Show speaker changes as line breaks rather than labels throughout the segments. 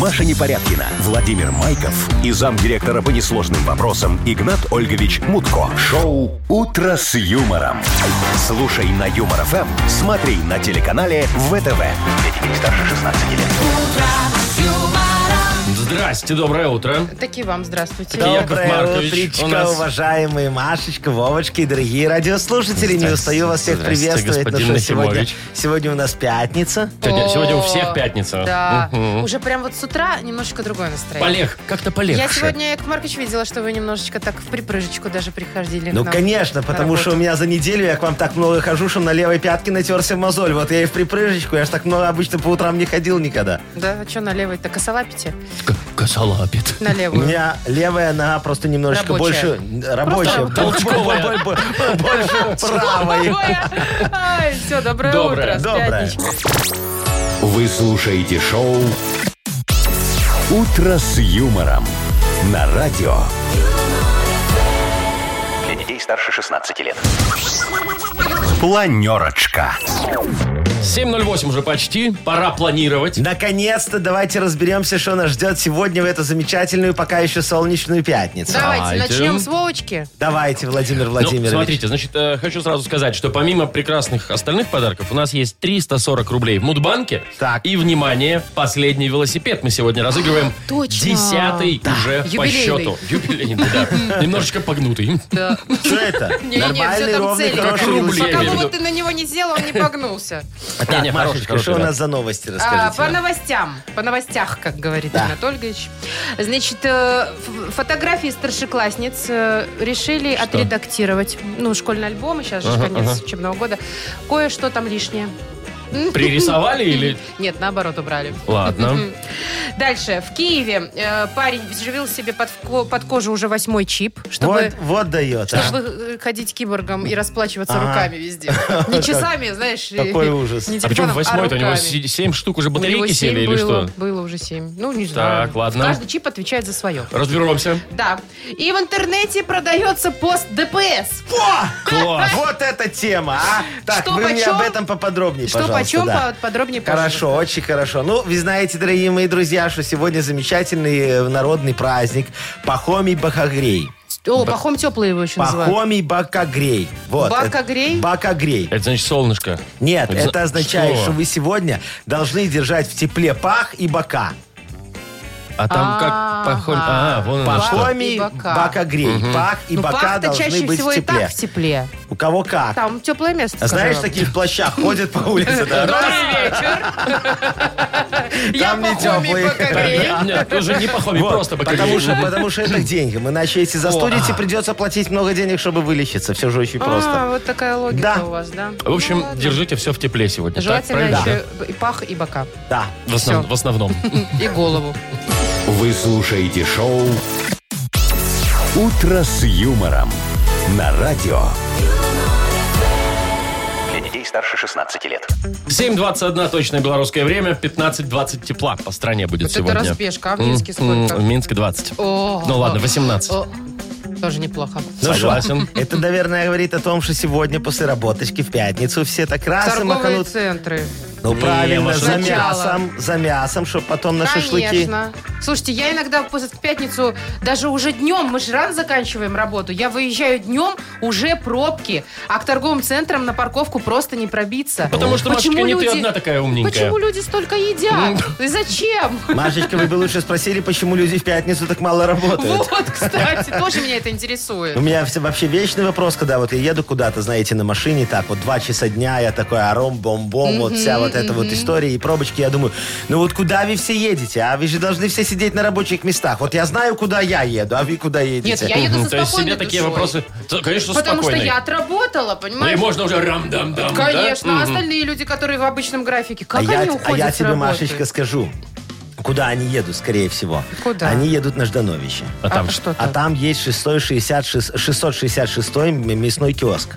Маша Непорядкина, Владимир Майков и замдиректора по несложным вопросам Игнат Ольгович Мутко. Шоу «Утро с юмором». Слушай на Юмор ФМ, смотри на телеканале ВТВ. детей старше 16 лет.
Здрасте, доброе утро.
Такие вам здравствуйте.
Да. Яков
Доброе
Маркович,
утречко,
у нас-
уважаемые Машечка, Вовочка и дорогие радиослушатели. Не
Здрасте,
устаю вас всех
здрасте,
приветствовать. Ну
господин
что, сегодня,
Нахимович.
сегодня у нас пятница.
Сегодня,
О,
сегодня у всех пятница.
Да.
Мгм.
Уже прям вот с утра немножечко другое настроение.
Полег, как-то полегче.
Я сегодня, Яков Маркович, видела, что вы немножечко так в припрыжечку даже приходили к
Ну,
нам
конечно,
на
потому что у
работу.
меня за неделю я к вам так много хожу, что на левой пятке натерся мозоль. Вот я и в припрыжечку, я ж так много обычно по утрам не ходил никогда.
Да, а что на левой-то? Косолапите?
К- Косолапит.
На
У
левую.
меня левая нога просто немножечко
Рабочая.
больше... Рабочая.
Просто толчковая.
Бо- бо- бо- Больше правой.
Все, доброе,
Доброе,
утро. с
доброе.
пятничкой.
Вы слушаете шоу «Утро с юмором» на радио. Для детей старше 16 лет. Планерочка.
7.08 уже почти. Пора планировать. Ну,
Наконец-то давайте разберемся, что нас ждет сегодня в эту замечательную, пока еще солнечную пятницу.
Давайте,
Давайте.
начнем с Вовочки.
Давайте, Владимир
Ну,
Владимирович.
смотрите, значит, э, хочу сразу сказать, что помимо прекрасных остальных подарков, у нас есть 340 рублей в Мудбанке.
Так.
И, внимание, последний велосипед мы сегодня разыгрываем.
А, точно.
Десятый уже по
Юбилейный.
счету. Юбилейный, да. Немножечко погнутый.
Да.
Что это?
Не-не, все
Нормальный,
там
ровный,
цели.
хороший
Рублей,
велосипед.
Пока
я
бы
веду.
вот ты на него не сделал, он не погнулся.
Не, не,
Так,
хороший,
Машечка,
хороший,
что у
да.
нас за новости?
А,
Расскажите.
по
нам.
новостям. По новостях, как говорит
Да.
Игнат Ольгович. Значит, э, ф- фотографии старшеклассниц э, решили отредактировать. Ну, школьный альбом, сейчас же
Ага,
конец
ага.
учебного года. Кое-что там лишнее.
Пририсовали или...
Нет, наоборот, убрали.
Ладно.
Дальше. В Киеве э, парень вживил себе под, ко- под кожу уже восьмой чип, чтобы...
Вот, вот дает. а.
Чтобы э, ходить киборгом и расплачиваться
Ага.
руками везде. Не часами, знаешь. и-
Какой ужас.
не
А почему
телефоном,
восьмой-то? У него
руками.
се- семь штук уже
У него
батарейки сели
семь
или
было,
что?
Было уже 7. Ну, не знаю.
ладно.
Каждый чип отвечает за свое.
Разберемся.
Да. И в интернете продается пост ДПС.
О!
Класс.
Вот эта тема, а! Так,
Что
вы мне
почем?
об этом поподробнее,
Что
пожалуйста.
почем,
да.
по- подробнее позже.
Хорошо, очень хорошо. Ну, вы знаете, дорогие мои друзья, что сегодня замечательный э, народный праздник Пахомий Бахагрей.
О, пахом теплый его еще называют.
Пахомий Бакагрей. Вот. это-
Бакагрей?
Бакагрей.
Это значит солнышко.
Нет,
Это-
это означает,
что?
что? вы сегодня должны держать в тепле пах и бока.
А там как... похоль- А, вон оно что.
Пахоми,
и бока.
бакагрей. Пах и
Ну,
бока
пах-то
должны
чаще
быть
всего
в
и так
тепле.
в тепле.
У кого как.
Там теплое место.
А Знаешь,
сказала.
такие в плащах ходят по улице, да?
Добрый вечер. Я
Там не
Пахомий
теплые.
Бакагрей.
Нет, уже не похоми,
Вот,
просто бакалея.
потому что, потому что это деньги. Иначе, если застудите, придется платить много денег, чтобы вылечиться. Все же очень
А,
просто.
вот такая логика
Да.
у вас, да?
В общем,
Ну ладно.
держите все в тепле сегодня. так,
Желательно
правильно?
еще и пах, и бока.
Да.
В, основ-
всё.
в основном.
И голову.
Вы слушаете шоу «Утро с юмором» на радио. Для детей старше 16 лет.
7.21 точное белорусское время, 15.20 тепла по стране будет
Вот это
сегодня.
разбежка, а в Минске
М, м,
сколько?
В Минске 20.
О,
Ну ладно, 18.
о, Тоже неплохо.
Ну шо,
Согласен.
это, наверное, говорит о том, что сегодня после работочки в пятницу все так раз и
Торговые
маханут.
центры.
Ну,
Не,
правильно,
Маша,
за
Сначала.
мясом, за мясом, чтобы потом на шашлыки.
Конечно. Слушайте, я иногда после- в пятницу, даже уже днем, мы же рано заканчиваем работу, я выезжаю днем, уже пробки, а к торговым центрам на парковку просто не пробиться.
Потому что,
Почему
Машечка, не ты
люди-
одна такая умненькая. Ну,
Почему люди столько едят? И зачем?
Машечка, вы бы лучше спросили, почему люди в пятницу так мало работают.
Вот, кстати, тоже меня это интересует.
У
Ну,
меня вс- вообще вечный вопрос, когда вот я еду куда-то, знаете, на машине, так вот два часа дня, я такой аром, бом-бом, вот вся вот эта вот история и пробочки, я думаю, ну вот куда вы все едете, а вы же должны все сидеть на рабочих местах. Вот я знаю, куда я еду, а вы куда едете?
я еду
Мгм,
со
То есть
спокойной
себе такие
душой.
вопросы... Да, Конечно,
Потому что
спокойной.
я отработала,
Ну и
понимаешь?
можно уже рам-дам-дам, да?
Конечно, а
Мгм.
остальные люди, которые в обычном графике, как
а, я,
они
т- а
уходят
я
с
тебе,
работы?
Машечка, скажу, куда они едут, скорее всего.
Куда?
Они едут на Ждановище.
А там
А
что?
что
А
там?
там есть 666 666 мясной киоск.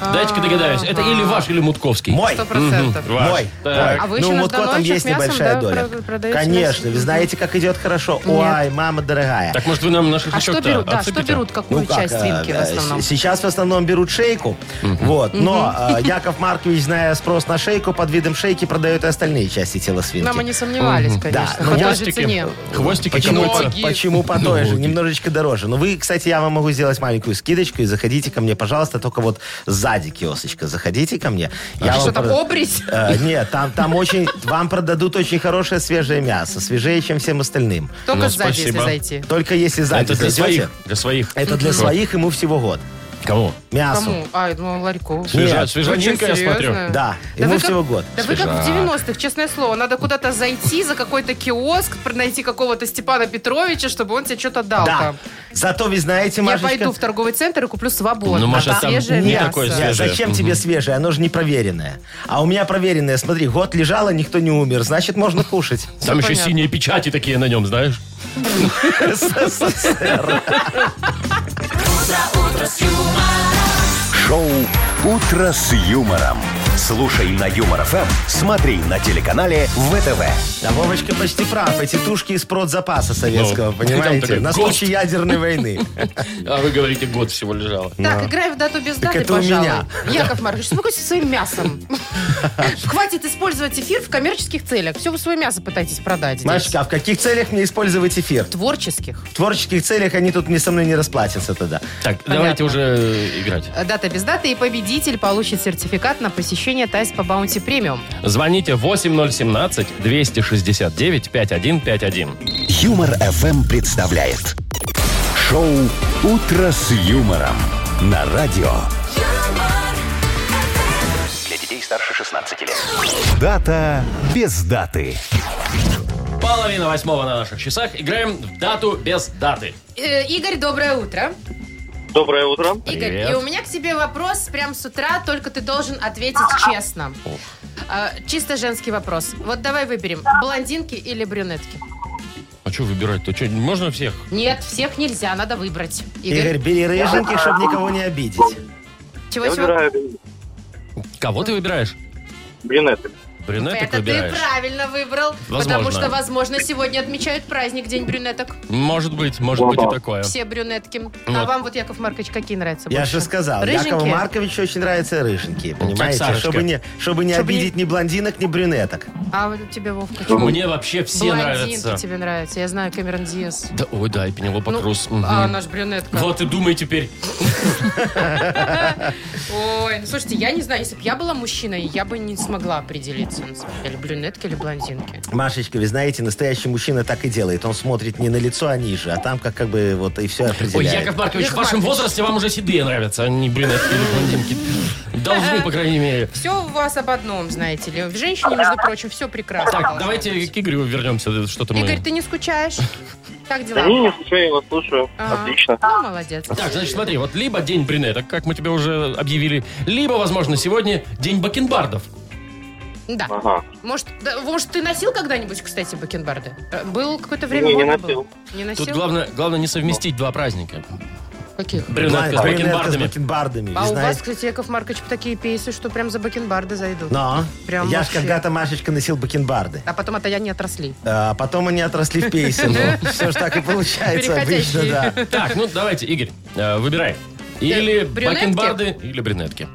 А.
Дайте-ка догадаюсь. Это или ваш, или Мутковский.
Мой.
Сто процентов.
Ваш.
Мой.
Так.
А вы еще
ну,
на
вот ко там
сдоночек
есть
мясом,
небольшая
да,
доля.
про- продаете
Конечно,
мясо?
вы знаете, как идет хорошо. Ой, мама дорогая.
Так, может, вы нам наших
А что берут? Да, что берут? Какую
как,
Ну, часть
э,
свинки в
э,
основном?
с- Сейчас в основном берут шейку. Вот. Но э, Яков Маркович, зная спрос на шейку, под видом шейки продает и остальные части тела свинки.
Нам они сомневались,
Да,
конечно.
ну,
По той же
Хвостики.
цене.
Хвостики
Почему,
кому-то.
Ноги.
почему по той же?
Ноги.
Немножечко дороже. Но вы, кстати, я вам могу сделать маленькую скидочку и заходите ко мне, пожалуйста, только вот сзади киосочка. Заходите ко мне. Я
А Что
вам
там,
про-
обрезь?
Э, Нет, там, там очень... Вам продадут очень хорошее свежее мясо. Свежее, чем всем остальным.
Только
Ну,
сзади, если
спасибо.
зайти.
Только если сзади
Это для
зайдете.
своих. Для своих.
Это для своих, ему всего год.
Кого?
Мясо.
Кому? А, ну, ларьку.
Свежа,
Нет,
свежанинка, я смотрю.
Да, ему всего год.
Да вы как в
Свежак.
90-х, честное слово. Надо куда-то зайти за какой-то киоск, пр- найти какого-то Степана Петровича, чтобы он тебе что-то дал
Да.
там.
Зато вы знаете,
Я
Машечка...
пойду в торговый центр и куплю свободу.
Ну, Маша,
А
там
свежее
не
мясо.
такое
Нет,
свежее.
Зачем тебе свежее? Оно же не проверенное. А у меня проверенное. Смотри, год лежало, никто не умер. Значит, можно кушать.
Там еще
понятно.
синие печати такие на нем, знаешь?
СССР.
Шоу «Утро с юмором». Слушай на Юмор ФМ, смотри на телеканале ВТВ.
Да, А Вовочка почти прав. Эти тушки из продзапаса советского,
Ну, там
понимаете?
такой
На
ГОСТ.
случай ядерной войны.
А вы говорите, год всего лежало.
Так, играй в дату без даты,
это у
пожалуй.
меня.
Яков Маркович, успокойся своим мясом. Хватит использовать эфир в коммерческих целях. Все вы свое мясо пытаетесь продать. здесь.
Машечка, а в каких целях мне использовать эфир?
Творческих.
В творческих целях они тут мне со мной не расплатятся тогда.
Так, давайте уже играть.
Э, Дата без даты, и победитель получит сертификат на посещение Тайс по Баунти Премиум.
Звоните 8017-269-5151.
Юмор ФМ представляет. Шоу «Утро с юмором» на радио. Для детей старше 16 лет. Дата без даты.
Половина восьмого на наших часах. Играем в дату без даты.
Э, Игорь, доброе утро.
Доброе утро.
Игорь,
Привет.
и у меня к тебе вопрос прям с утра, только ты должен ответить честно. Э, Чисто женский вопрос. Вот давай выберем, блондинки или брюнетки?
А что выбирать-то? Что, можно всех?
Нет, всех нельзя, надо выбрать.
Игорь, бери рыженьких, чтобы никого не обидеть.
Я
чего-чего?
выбираю
Кого ты выбираешь?
брюнеты.
Брюнеток
Э, Это ты
выбираешь?
правильно выбрал, потому
Возможно.
что, возможно, сегодня отмечают праздник День брюнеток.
Может быть, может быть и
Опа.
такое.
Все брюнетки. А
Вот.
вам вот, Яков Маркович, какие нравятся
Я
больше?
же сказал,
Рыженькие?
Якову Марковичу очень нравятся рыженькие,
Ну,
понимаете?
Сарочка.
Чтобы не, чтобы не
Чтобы не-
обидеть ни блондинок, ни брюнеток.
А вот тебе, Вовка, чего?
Мне вообще все
Блондинки
нравятся.
тебе нравятся. Я знаю Кэмерон Диас.
Да, ой, да, и Пенелопа
Ну,
Круз.
А,
Мгм.
наш брюнетка.
Вот и думай теперь.
Ой, ну слушайте, я не знаю, если бы я была мужчиной, я бы не смогла определиться, на самом деле, брюнетки или блондинки.
Машечка, вы знаете, настоящий мужчина так и делает. Он смотрит не на лицо, а ниже, а там как, как бы вот и все
Ой,
определяет.
Яков Маркович, в
Яков
вашем
Маркович.
возрасте вам уже седые нравятся, а не брюнетки или блондинки. Должны, по крайней мере.
Все у вас об одном, знаете ли. В женщине, между прочим, все прекрасно.
Так,
должно
давайте
быть.
к Игорю вернемся. Что-то мы...
Игорь, ты не скучаешь? Как
Да не,
дела?
не случайно я вас слушаю.
Ага.
Отлично.
Ну, молодец.
Так, значит, смотри, вот либо день брюнеток, как мы тебе уже объявили, либо, возможно, сегодня день бакенбардов.
Да.
Ага.
Может, да, может, ты носил когда-нибудь, кстати, бакенбарды? Э, Был какое-то время?
Не, не
модно было?
носил.
Не носил?
Тут главное, главное не совместить два праздника.
Каких?
Брюнетка с
Брюнетка с
бакенбардами.
бакенбардами,
А
вы
у вас,
знаете.
кстати, Яков Маркович, такие пейсы, что прям за бакенбарды зайдут.
Но
Прям
я же
вообще.
когда-то, Машечка, носил бакенбарды.
А потом это я не отросли.
А потом они отросли в пейсы. все же так и получается обычно,
Переходящие.
да.
Так, ну давайте, Игорь, э, выбирай. Или
брюнетки?
бакенбарды, или брюнетки.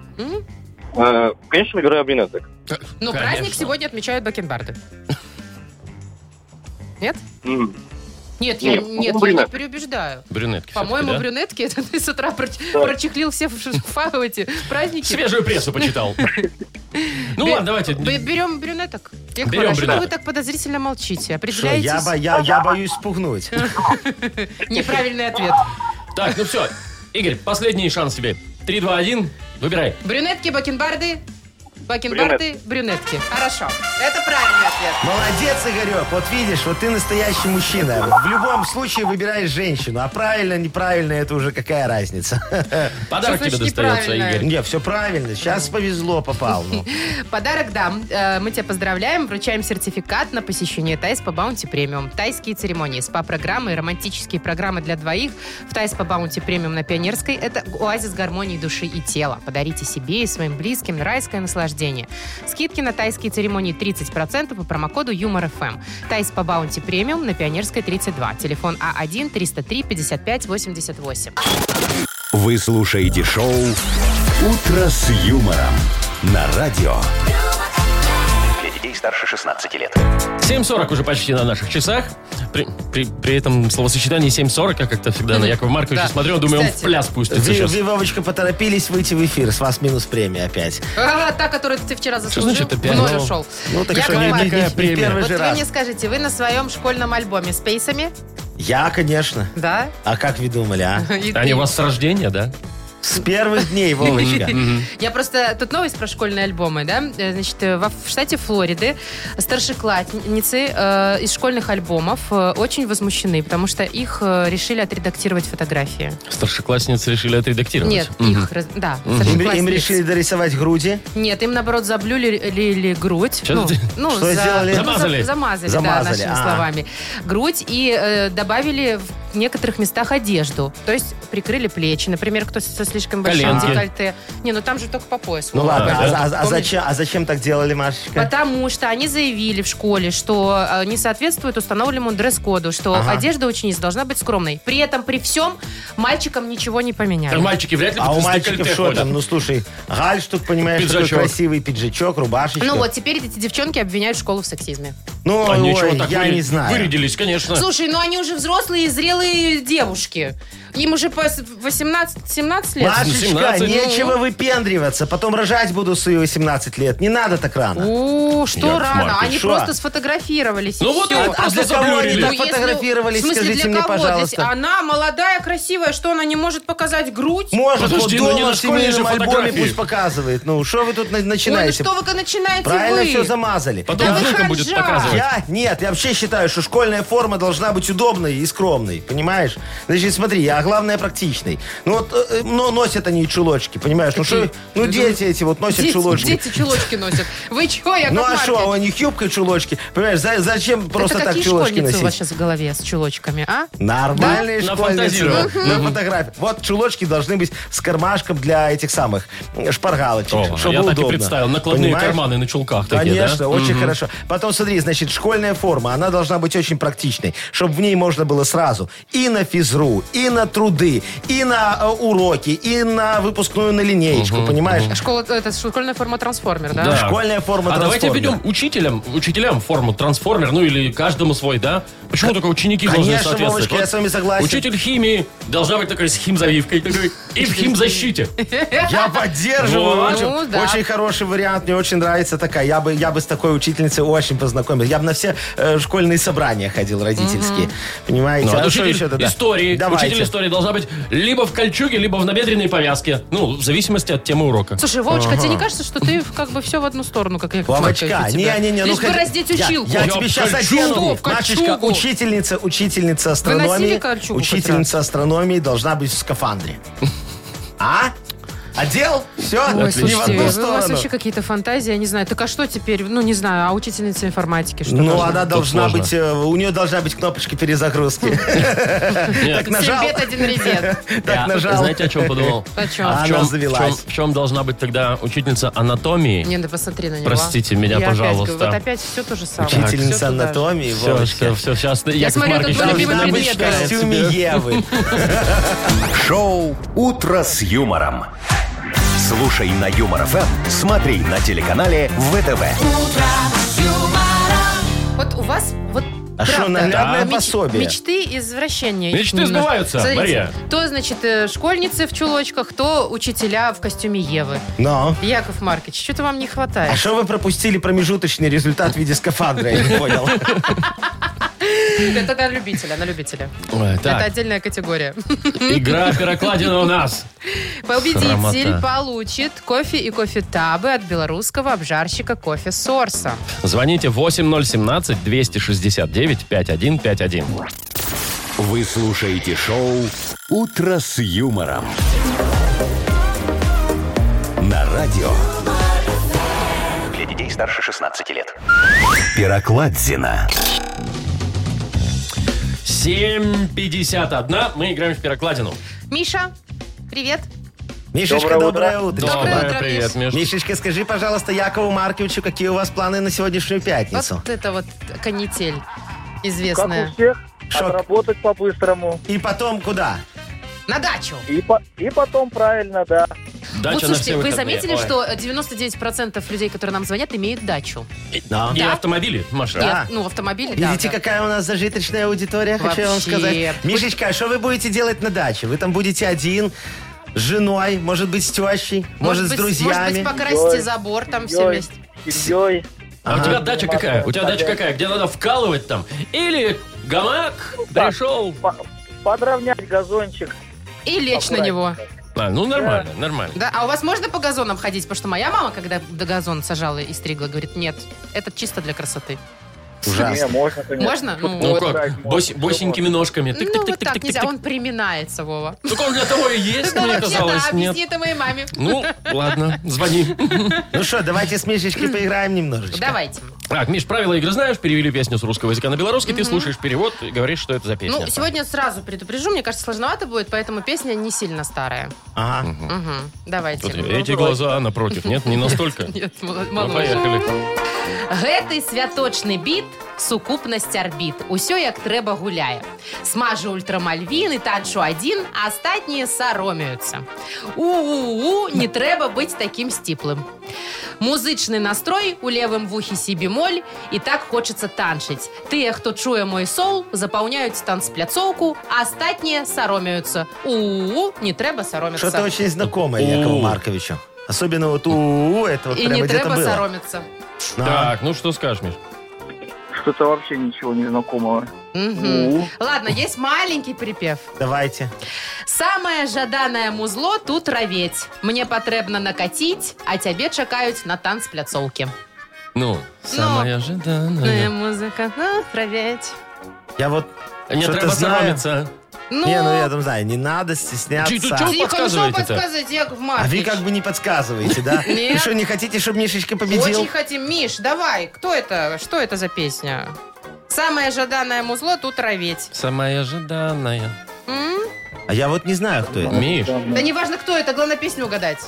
Э, конечно, выбираю брюнеток.
Но
Конечно.
Ну, праздник сегодня отмечают бакенбарды. Нет?
М.
Нет, я,
Нет,
нет, я не
брюнетки.
переубеждаю.
Брюнетки.
По-моему,
всё-таки, да?
брюнетки, это ты с утра проч-
Да.
прочехлил все в файлы эти праздники.
Свежую прессу почитал. Ну ладно, давайте.
Б- Берем брюнеток. Яков
Берем
Маркович, а что вы
брюнеток.
так подозрительно молчите?
Что, я, бо-
Определяетесь?
я, я боюсь спугнуть.
Неправильный ответ.
Так, ну все. Игорь, последний шанс тебе. 3, 2, 1. Выбирай.
Брюнетки, бакенбарды, Бакенбарды, брюнетки. Хорошо. Это правильный ответ.
Молодец, Игорек. Вот видишь, вот ты настоящий мужчина. В любом случае выбираешь женщину. А правильно, неправильно, это уже какая разница.
Подарок
Что
тебе
значит
достается,
неправильно?
Игорь.
Не, все правильно. Сейчас повезло, попал. ну.
Подарок дам. Э, Мы тебя поздравляем, вручаем сертификат на посещение Тайс по Баунти Премиум. Тайские церемонии, СПА-программы и романтические программы для двоих в Тайс по Баунти Премиум на Пионерской – это оазис гармонии души и тела. Подарите себе и своим близким райское наслаждение. Скидки на тайские церемонии 30% по промокоду Юмор ФМ. Тайс по Баунти Премиум на Пионерской 32. Телефон А А1-303-55-88.
Вы слушаете шоу «Утро с юмором» на радио.
Для детей старше 16 лет.
7.40 уже почти на наших часах. При, при- при этом словосочетание 7.40, я как-то всегда на Якова Марковича
Да.
смотрел, думаю, он в
Кстати.
пляс пустится
Вы,
сейчас.
вы, Вовочка, поторопились выйти в эфир. С вас минус премия опять.
А, та, которую ты вчера заслужил,
значит опять?
в ноль
Ну,
ушел.
Ну, так
Яков
что не, не- не-
Маркович,
не в
премия.
первый
Вот
же
вы
раз.
мне скажите, вы на своем школьном альбоме с пейсами,
Я, конечно.
да?
А как вы думали, а?
И-
Они у вас с рождения, да?
С первых дней, Вовочка.
Я просто... Тут новость про школьные альбомы, да? Э, Значит, э, во- в штате Флориды старшеклассницы э, из школьных альбомов э, очень возмущены, потому что их э, решили отредактировать фотографии.
Старшеклассницы решили отредактировать.
Нет,
Мгм.
их... раз- Да,
Им,
старшеклассниц.
им решили дорисовать груди.
Нет, им, наоборот, заблюлили грудь.
Чё ты-
ну,
Что сделали?
ну, за-
Замазали.
замазали, да,
Замазали,
нашими
а.
словами. Грудь и э, добавили в некоторых местах одежду. То есть прикрыли плечи. Например, кто со слишком большим
Коленки.
декольте. Не, ну там же только по поясу.
Ну ладно, а, а- а
Помнишь?
зачем, а зачем так делали, Машечка?
Потому что они заявили в школе, что э, не соответствует установленному дресс-коду, что
Ага.
одежда учениц должна быть скромной. При этом, при всем, мальчикам ничего не поменяли.
Так Мальчики вряд ли
А у
будут с
мальчиков
декольте
что
ходят.
там? Ну слушай, гальштук, понимаешь, такой
Пиджачок.
красивый пиджачок, рубашечка.
Ну вот, теперь эти девчонки обвиняют школу в сексизме.
Ну,
Они
ой,
чего А так
я
выре-
не знаю.
Вырядились, конечно.
Слушай, ну они уже взрослые и зрелые девушки. Им уже по 18-17 лет.
Маш-
Машечка,
17,
нечего выпендриваться. Потом рожать буду в свои 18 лет. Не надо так рано.
О, что
Яков
рано.
Маркович,
Они
шо?
просто сфотографировались. и
Ну вот
всё. А,
это просто
для кого они
заблюрили.
так- фотографировались,
ну, в смысле,
скажите
для
мне,
кого? а?
пожалуйста.
Для- Она молодая, красивая, что она не может показать грудь?
Может, вот
Подожди, ну не
дома
на
в
школьной же
семейном альбоме
фотографии.
пусть показывает. Ну, что вы тут на-
Ой, ну
начинаете?
что вы начинаете
Правильно
вы?
все замазали.
Потом
Да вы
внукам будет
ханжа.
показывать.
Я нет, я вообще считаю, что школьная форма должна быть удобной и скромной, понимаешь? Значит, смотри, а главное практичной. Ну вот, э, э, ну, носят они чулочки, понимаешь? Ну
Какие?
что, ну дети эти вот носят
дети,
чулочки.
дети чулочки носят. Вы чего, Яков
Ну а
Маркович?
что, у них юбка и чулочки, понимаешь? за- зачем просто
Это
так
какие
чулочки
школьницы у вас
носить?
сейчас в голове с чулочками, а?
Нормальные
Да?
школьницы.
Нафантазировал.
да, На фотографии. Вот чулочки должны быть с кармашком для этих самых э, шпаргалочек,
О,
чтобы
я так и
удобно.
представил. Накладные
Понимаешь?
карманы на чулках такие,
Конечно,
да?
очень хорошо. Потом смотри, значит, школьная форма, она должна быть очень практичной, чтобы в ней можно было сразу и на физру, и на труды, и на э, уроки, и на выпускную на линеечку, понимаешь?
Школа, это школьная форма трансформер, да?
Да.
Школьная форма
А давайте
трансформер.
введем учителям, учителям форму трансформер, ну или каждому свой, да? Почему только ученики должны
Конечно,
соответствовать?
Вовочка, я
Вот
с вами согласен.
Учитель химии должна быть такая с химзавивкой такой, и в химзащите.
Я поддерживаю.
Вот.
Очень-
Ну, да.
Очень хороший вариант, мне очень нравится такая. Я бы, я бы с такой учительницей очень познакомился. Я бы на все э, школьные собрания ходил родительские. Понимаете?
Ну, а
что
учитель
еще-то, да?
истории,
Давайте.
учитель истории должна быть либо в кольчуге, либо в набедренной повязке. Ну, в зависимости от темы урока.
Слушай, Вовочка, тебе не кажется, что ты как бы все в одну сторону, как я
Вовочка, не-не-не.
Лишь бы
ну хоть-
раздеть
Я-
училку.
Я,
Я
тебе
в
сейчас
кольчугу.
одену.
В кольчугу.
Машечка, учительница, учительница
носили
астрономии.
кольчугу хоть
Учительница астрономии должна быть в скафандре. А? Одел? Все?
Ой,
Не в
слушайте,
одну
вы- у вас
сторону.
вообще какие-то фантазии, я не знаю. Так а что теперь? Ну, не знаю, а учительница информатики что
Ну,
должна?
она
Тут
должна
сложно.
быть, э, у нее должна быть кнопочка перезагрузки. Так нажал,
Семь бед, один резет.
так
Я,
нажал.
Знаете, о чем подумал?
О чем?
В
А, Она
чем, в
завелась.
чем- в чем должна быть тогда учительница анатомии?
Не, да посмотри на него. а.
Простите меня,
Я опять
пожалуйста.
говорю, вот опять все то же самое.
Учительница
Всё туда же.
анатомии.
Все,
Вовочка.
все, все, сейчас. Я
смотрю, это твой любимый
Должна быть в
предмет, да.
костюме Евы.
Шоу «Утро с юмором». Слушай на Юмор ФМ, смотри на телеканале ВТВ.
Вот у вас вот
А что,
правда,
наглядное
меч-
пособие?
Мечты извращения.
Мечты
Немножко.
сбываются,
Смотрите,
Мария.
То, значит, э, школьницы в чулочках, то учителя в костюме Евы.
Но.
Яков Маркович, что-то вам не хватает.
А что вы пропустили промежуточный результат в виде скафандра, я не понял.
Это на любителя, на любителя.
Ой,
Это
Так,
отдельная категория.
игра «Пирокладина» у нас.
Победитель
Срамота.
получит кофе и кофе-табы от белорусского обжарщика кофе Сорса.
Звоните 8017-269-5151.
Вы слушаете шоу «Утро с юмором». На радио
Для детей старше 16 лет.
Пирокладзина.
7.51. Мы играем в «Пирокладину».
Миша, привет.
Мишечка, доброе, утро.
Доброе утро,
привет, Миш.
Мишечка, скажи, пожалуйста, Якову Марковичу, какие у вас планы на сегодняшнюю пятницу?
Вот это вот канитель
Как у
известная.
всех,
Шок.
отработать по-быстрому.
И потом куда?
На дачу.
И, по- и потом правильно, да.
Дача
вот
на
слушайте,
все
вы
выходные.
заметили,
Ой.
что 99% людей, которые нам звонят, имеют дачу?
Да.
И
Да.
А автомобили, Маша.
Да.
Нет, ну, автомобили, да.
Видите,
да.
какая у нас зажиточная аудитория, хочу вам
Вообще.
сказать. Мишечка, а что вы будете делать на даче? Вы там будете один, с женой, может быть, с тещей, может, с
быть, Может
друзьями.
быть, покрасьте
Ой,
забор там все
Ой,
вместе.
семьей.
А у
Ага.
тебя дача какая? У тебя дача какая? Где надо вкалывать там? Или гамак
так.
пришел?
по- подровнять газончик.
И лечь на него.
А, ну нормально, нормально.
Да, а у вас можно по газонам ходить? Потому что моя мама, когда до газон сажала и стригла, говорит, нет, это чисто для красоты.
Не,
Ужасно.
можно, конечно.
Можно? Ну,
Ну
Вот
как,
так
бось-
можно.
босенькими ножками. Тык,
ну,
тык,
вот
тык,
так
тык,
нельзя,
тык,
он приминается, Вова. Ну,
тык. Так он для того и есть,
да,
мне
вообще,
казалось,
да,
нет.
объясни это моей маме.
Ну, ладно, звони.
Ну что, давайте с Мишечкой поиграем немножечко.
Давайте.
Так, Миш, правила игры знаешь, перевели песню с русского языка на белорусский, ты слушаешь перевод и говоришь, что это за песня.
Ну, сегодня сразу предупрежу, мне кажется, сложновато будет, поэтому песня не сильно старая.
Ага.
Ну.
Мгм,
Вот
Давайте.
эти глаза напротив, нет, не настолько.
Нет, мало-
Ну,
мало.
поехали.
Гэты святочны біт сукупнасць арбіт. Усё як трэба гуляе. Смажу ультрамальвіны, танчу адзін, а астатнія саромеюцца. У-у-у, не трэба быць такім сціплым. Музычны настрой у левым вухе сі бемоль і так хочацца танчыць. Тыя, хто чуе мой соул, запаўняюць танцпляцоўку, а астатнія саромеюцца. У-у-у, не трэба саромецца.
Что-то очень знакомое Якову
У.
Марковичу. Особенно вот у это вот
І
прямо
не
где-то
трэба
было.
саромецца.
Ага.
Так, ну что скажешь, Миш?
Что-то вообще ничего не знакомого.
Мгм. Ладно, есть маленький припев.
Давайте.
Самае жаданае музло тут равець. Мне патрэбна накаціць, а цябе чакаюць на танцпляцоўкі.
Ну, самая ожиданная.
Э, Музыка, ну, равець.
Я вот...
Не
что-то
треба
знаю.
срамиться.
Ну,
Не, ну я там знаю, не надо
Чё, чё,
стесняться.
чё?
тихо, ну что
подсказываете-то?
подсказывать, Яков
А вы
Маркович?
как бы не подсказываете, да?
Нет.
Вы что, не хотите, чтобы Мишечка победил?
Очень хотим. Миш, давай, кто это? Что это за песня? Самое жаданное музло тут равець.
Самая ожиданная.
М?
А я вот не знаю, кто это.
Миш,
Да неважно, кто это, главное песню угадать.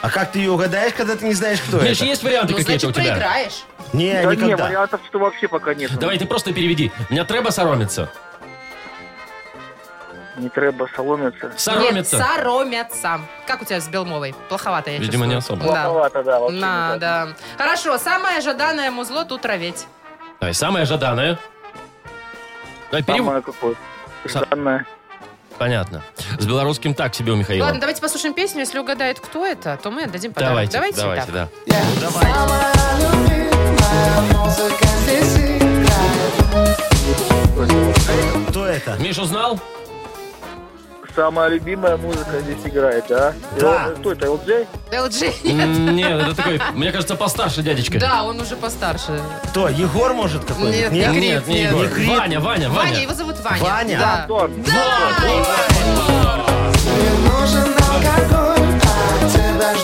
А как ты ее угадаешь, когда ты не знаешь, кто
Миш,
это?
есть варианты
ну,
А какие-то у
значит,
тебя?
проиграешь.
Не,
Да не,
никогда.
вариантов что вообще пока нет.
Давай ты просто переведи. Меня треба соромиться.
Не треба соломиться.
Нет,
Соромиться.
соромятся. Как у тебя с Белмовой? Плоховато я
Видимо,
чувствую.
не особо.
Да.
Плоховато, да. вообще не так.
Надо. Хорошо, самое ожиданное музло тут роветь.
Давай, самая жаданная. Давай перевод.
Самое какое-то.
Са-
Странное.
Понятно. С белорусским так себе у Михаила.
Ладно, давайте послушаем песню. Если угадает, кто это, то мы отдадим подарок.
давайте, давайте,
давайте
да.
Кто это?
Миш узнал?
Самая любимая музыка здесь играет, да?
Да.
Э, Кто это, LJ?
LG.
М, Нет, это такой, мне кажется, постарше дядечка.
Да, он уже постарше.
Кто? Егор, может, какой-нибудь?
Нет, не Крит,
Нет, не
нет.
Егор.
Не Крит.
Ваня, Ваня,
Ваня,
Ваня.
его зовут Ваня.
Ваня?
Да.
Кто?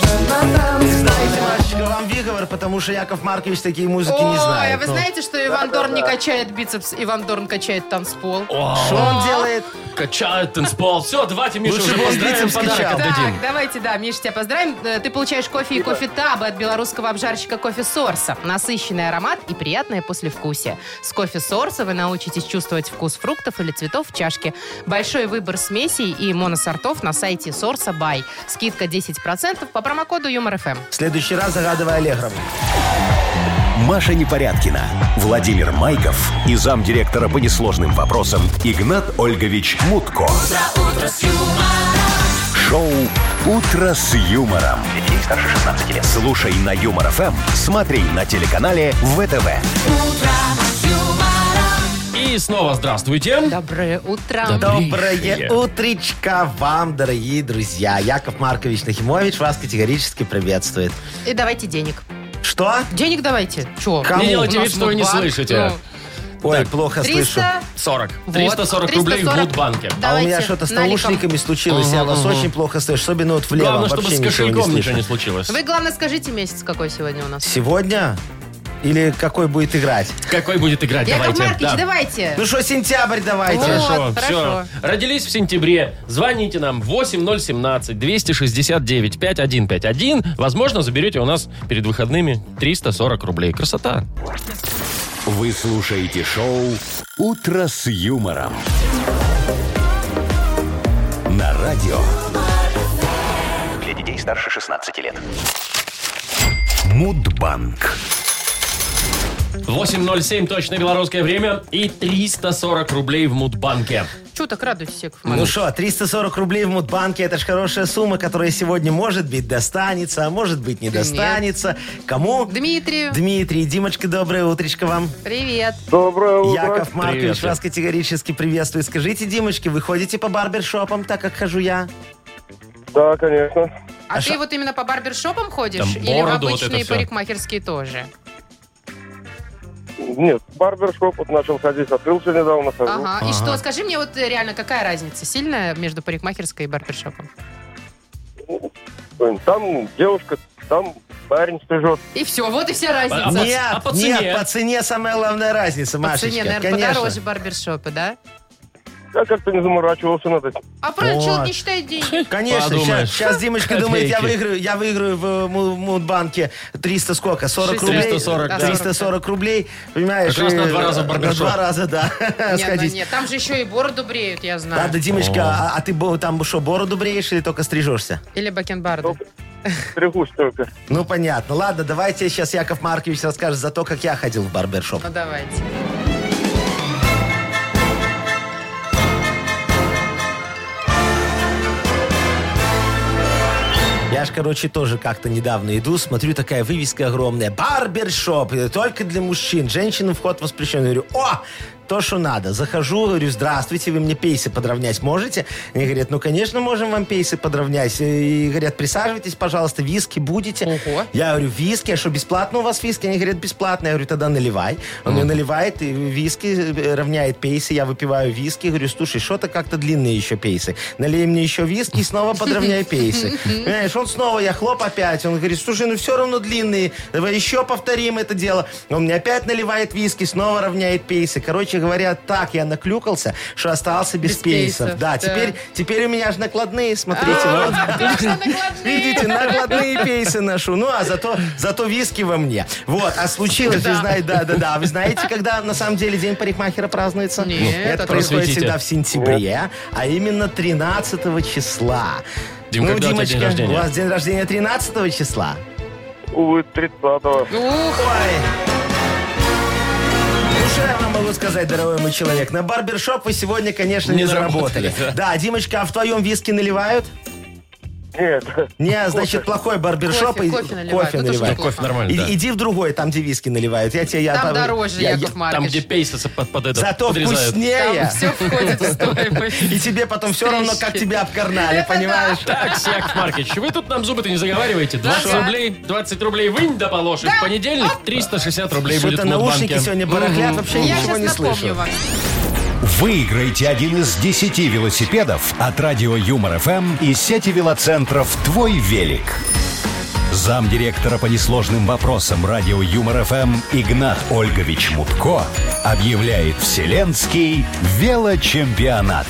Знаете, Машечка, вам выговор, потому что Яков Маркович такие музыки не
Ой, а
знает.
вы
Ну,
знаете, что Иван Дорн не качает бицепс, Иван Дорн качает танцпол?
Что
О,
он делает?
качает танцпол. Все, давайте, Миша,
Лучше
уже
бы он
поздравим,
бицепс
подарок
качал.
отдадим.
Так, давайте, да, Миш, тебя поздравим. Э, Ты получаешь кофе и кофе-табы от белорусского обжарщика кофе Сорса. Насыщенный аромат и приятное послевкусие. С кофе Сорса вы научитесь чувствовать вкус фруктов или цветов в чашке. Большой выбор смесей и моносортов на сайте Сорса Бай. Скидка 10% по промокоду Юмор ФМ.
В следующий раз загадывай Аллегрову.
Маша Непорядкина, Владимир Майков и замдиректора по несложным вопросам Игнат Ольгович Мутко. Шоу Утро с юмором.
Для детей старше 16 лет.
Слушай на юмор ФМ, смотри на телеканале ВТВ.
И И снова здравствуйте.
Доброе утро.
Доброе.
Доброе
Ближе.
утречко вам, дорогие друзья. Яков Маркович Нахимович вас категорически приветствует.
И давайте денег.
Что?
Денег давайте. Че?
Кому?
Не делайте
У нас ну,
вид, что вы не
Мудбанк.
слышите.
Ой,
Так.
плохо слышу.
300.
40.
Вот.
340 рублей в
340.
Мудбанке.
А у меня
Давайте
что-то с
наликом.
наушниками случилось. Я вас очень плохо слышу. Особенно вот в левом
Главное, чтобы
вообще
с
ничего
кошельком
не
ничего не
слышно.
случилось.
Вы, главное, скажите месяц, какой сегодня у нас.
Сегодня? Или какой будет играть?
Какой будет играть?
Яков
Давайте.
Маркович,
Да.
давайте.
Ну что, сентябрь давайте.
Вот,
Хорошо,
хорошо.
все. Родились в сентябре. Звоните нам 8017-269-5151. Возможно, заберете у нас перед выходными 340 рублей. Красота.
Вы слушаете шоу «Утро с юмором». На радио
Для детей старше 16 лет.
Мудбанк.
8.07 точно белорусское время и 340 рублей в Мудбанке.
Чего так радуетесь, Яков
Ну
Маркович?
что, 340 рублей в Мудбанке, это ж хорошая сумма, которая сегодня, может быть, достанется, а может быть, не
Да нет.
достанется. Кому?
Дмитрию.
Дмитрий, Димочка, доброе утречко вам.
Привет.
Доброе утро.
Яков Маркович
Привет,
вас категорически приветствует. Скажите, Димочки, вы ходите по барбершопам, так как хожу я?
Да, конечно.
А,
А
ты
шо-
вот именно по барбершопам ходишь?
Там
Или в
бороду, вот это
обычные
всё.
парикмахерские тоже?
Нет, барбершоп вот начал ходить, открылся недавно, хожу.
Ага. И что, скажи мне, вот э, реально, какая разница сильная между парикмахерской и барбершопом?
Там девушка, там парень стрижет.
И все, вот и вся
А
разница.
по-
нет,
а по цене?
нет, по цене самая главная разница,
По
Машечка.
цене, наверное,
конечно.
подороже барбершопы, да?
Я как-то не заморачивался над этим.
А правильно,
Вот.
человек не считает деньги.
Конечно,
Подумаешь.
сейчас, Димочка думает, я
Копейки.
выиграю, я выиграю в э, Му- Мудбанке 300 сколько? 40
Шесть-
рублей?
340,
да.
340 рублей, понимаешь?
Как раз на
и-
два раза в
на
барбершоп.
два раза, да,
Нет, ну
сходить.
нет, там же еще и бороду бреют, я знаю.
Ладно, Димочка, а, а ты бо- там что, бороду бреешь или только стрижешься?
Или бакенбарды. Ну,
Стригусь только.
Ну, понятно. Ладно, давайте сейчас Яков Маркович расскажет за то, как я ходил в барбершоп.
Ну давайте.
Я ж, короче, тоже как-то недавно иду, смотрю, такая вывеска огромная. Барбершоп, э, только для мужчин. Женщинам вход воспрещен. Я говорю, о, то, что надо. Захожу, говорю, здравствуйте, вы мне пейсы подровнять можете? Они говорят, ну, конечно, можем вам пейсы подровнять. И говорят, присаживайтесь, пожалуйста, виски будете?
Ого.
Я говорю, виски, а что, бесплатно у вас виски? Они говорят, бесплатно. Я говорю, тогда наливай. Он мне наливает, и виски э, равняет пейсы. Я выпиваю виски. Говорю, слушай, что-то как-то длинные еще пейсы. Налей мне еще виски и снова подровняй пейсы. Понимаешь, он снова, я хлоп опять. Он говорит, слушай, ну все равно длинные. Давай еще повторим это дело. Он мне опять наливает виски, снова равняет пейсы. Короче говоря, так я наклюкался, что остался без,
Без
пейсов.
пейсов,
Да,
да.
теперь, теперь у меня же накладные, смотрите.
А,
вот.
Точно накладные.
Видите, накладные пейсы ношу. Ну, а зато, зато виски во мне. Вот, а случилось, вы знаете, да-да-да. Вы знаете, когда на самом деле день парикмахера празднуется? Ну,
Нет,
это
а
происходит
просветите.
всегда в сентябре, а именно 13 числа.
Дим,
ну,
когда у тебя
Димочка,
день рождения?
у вас день рождения 13 числа?
Увы, 30-го.
Ух,
Ой! Ну, что я вам могу сказать, дорогой мой человек? На барбершоп вы сегодня, конечно, не,
Не
заработали.
заработали,
Да, Димочка, а в твоем виски наливают?
Нет.
Не, значит, плохой барбершоп.
кофе,
и-
кофе наливают. Ну, тоже
наливают.
неплохо.
Кофе нормально,
И-
да.
Иди в другой, там, где виски наливают. Я тебе, я,
Там дороже,
я- я-
Яков
Там, где
Маркович.
пейсы со- под, под этот
Зато
подрезают.
вкуснее.
Там все входит в стоимость.
И а, тебе потом все равно, как
Стрижки.
тебя обкарнали,
Это да.
понимаешь?
Так, Яков Маркович, вы тут нам зубы-то не заговариваете. 20
Ага.
рублей, 20 рублей вынь да положь. И В понедельник 360 рублей будет
Что-то
в
наушники
Мудбанке.
сегодня барахлят, вообще
Я
ничего
сейчас
не
напомню
слышу.
вам.
Выиграйте один из 10 велосипедов от радио Юмор ФМ и сети велоцентров «Твой велик». Замдиректора по несложным вопросам радио Юмор ФМ Игнат Ольгович Мутко объявляет Вселенский велочемпионат.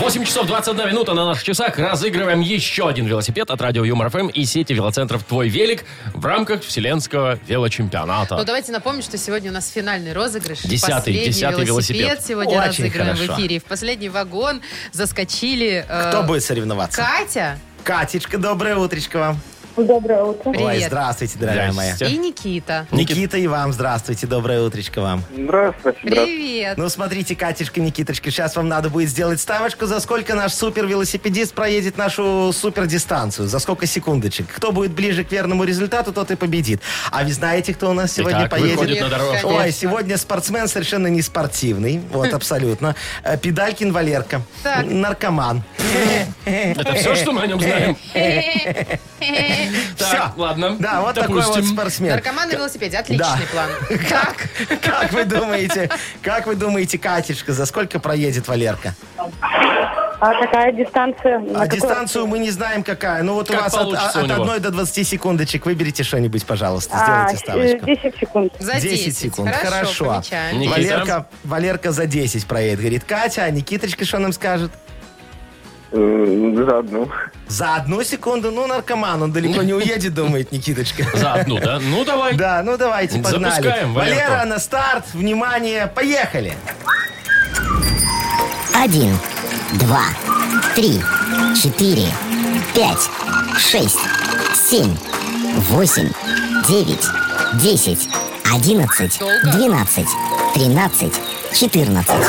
8 часов 21 минута на наших часах. Разыгрываем еще один велосипед от радио Юмор ФМ и сети велоцентров «Твой велик» в рамках Вселенского
Ну,
велочемпионата.
давайте напомним, что сегодня у нас финальный розыгрыш.
Десятый,
Последний
десятый велосипед.
Сегодня
Очень
разыгрываем
хорошо.
в эфире. И В последний вагон заскочили... э,
Кто будет соревноваться?
Катя
Катечка, доброе утречко вам.
Доброе утро.
Ой,
Привет.
здравствуйте, дорогая моя.
Здрасте.
И Никита.
Никита и вам здравствуйте, доброе утречко вам.
Здравствуйте, здравствуйте.
Привет.
Ну, смотрите, Катюшка, Никиточка, сейчас вам надо будет сделать ставочку, за сколько наш супер-велосипедист проедет нашу супер-дистанцию, за сколько секундочек. Кто будет ближе к верному результату, тот и победит. А вы знаете, кто у нас сегодня
Итак,
поедет?
выходит на
Нет,
дорожку.
конечно. Хм.
Ой, сегодня спортсмен совершенно не спортивный, вот абсолютно. Э, Педалькин Валерка,
Так.
наркоман.
Это все, что мы о нем знаем?
Всё.
Так, ладно.
Да, вот такой вот
Допустим.
спортсмен.
Наркоман и велосипед. Отличный
Да.
план.
Как? Как вы думаете, как вы думаете, Катюшка, за сколько проедет Валерка?
А какая дистанция? На
А
какой-
дистанцию мы не знаем какая. Ну вот у
Как
вас от,
получится у
от
него.
1 до 20 секундочек. Выберите что-нибудь, пожалуйста.
А,
Сделайте ставочку.
э, 10 секунд.
За 10,
10 секунд.
Хорошо.
Хорошо.
помечаем.
Никита?
Валерка, Валерка за 10 проедет. Говорит, Катя, а Никиточка что нам скажет?
Э, За одну.
За одну секунду, ну, наркоман, он далеко не уедет, думает Никиточка.
За одну, да? Ну, давай.
Да, ну давайте, погнали.
Запускаем Валерку.
Валера, на старт, внимание, поехали.
Один, два, три, четыре, пять, шесть, семь, восемь, девять, десять, одиннадцать, двенадцать, тринадцать, четырнадцать.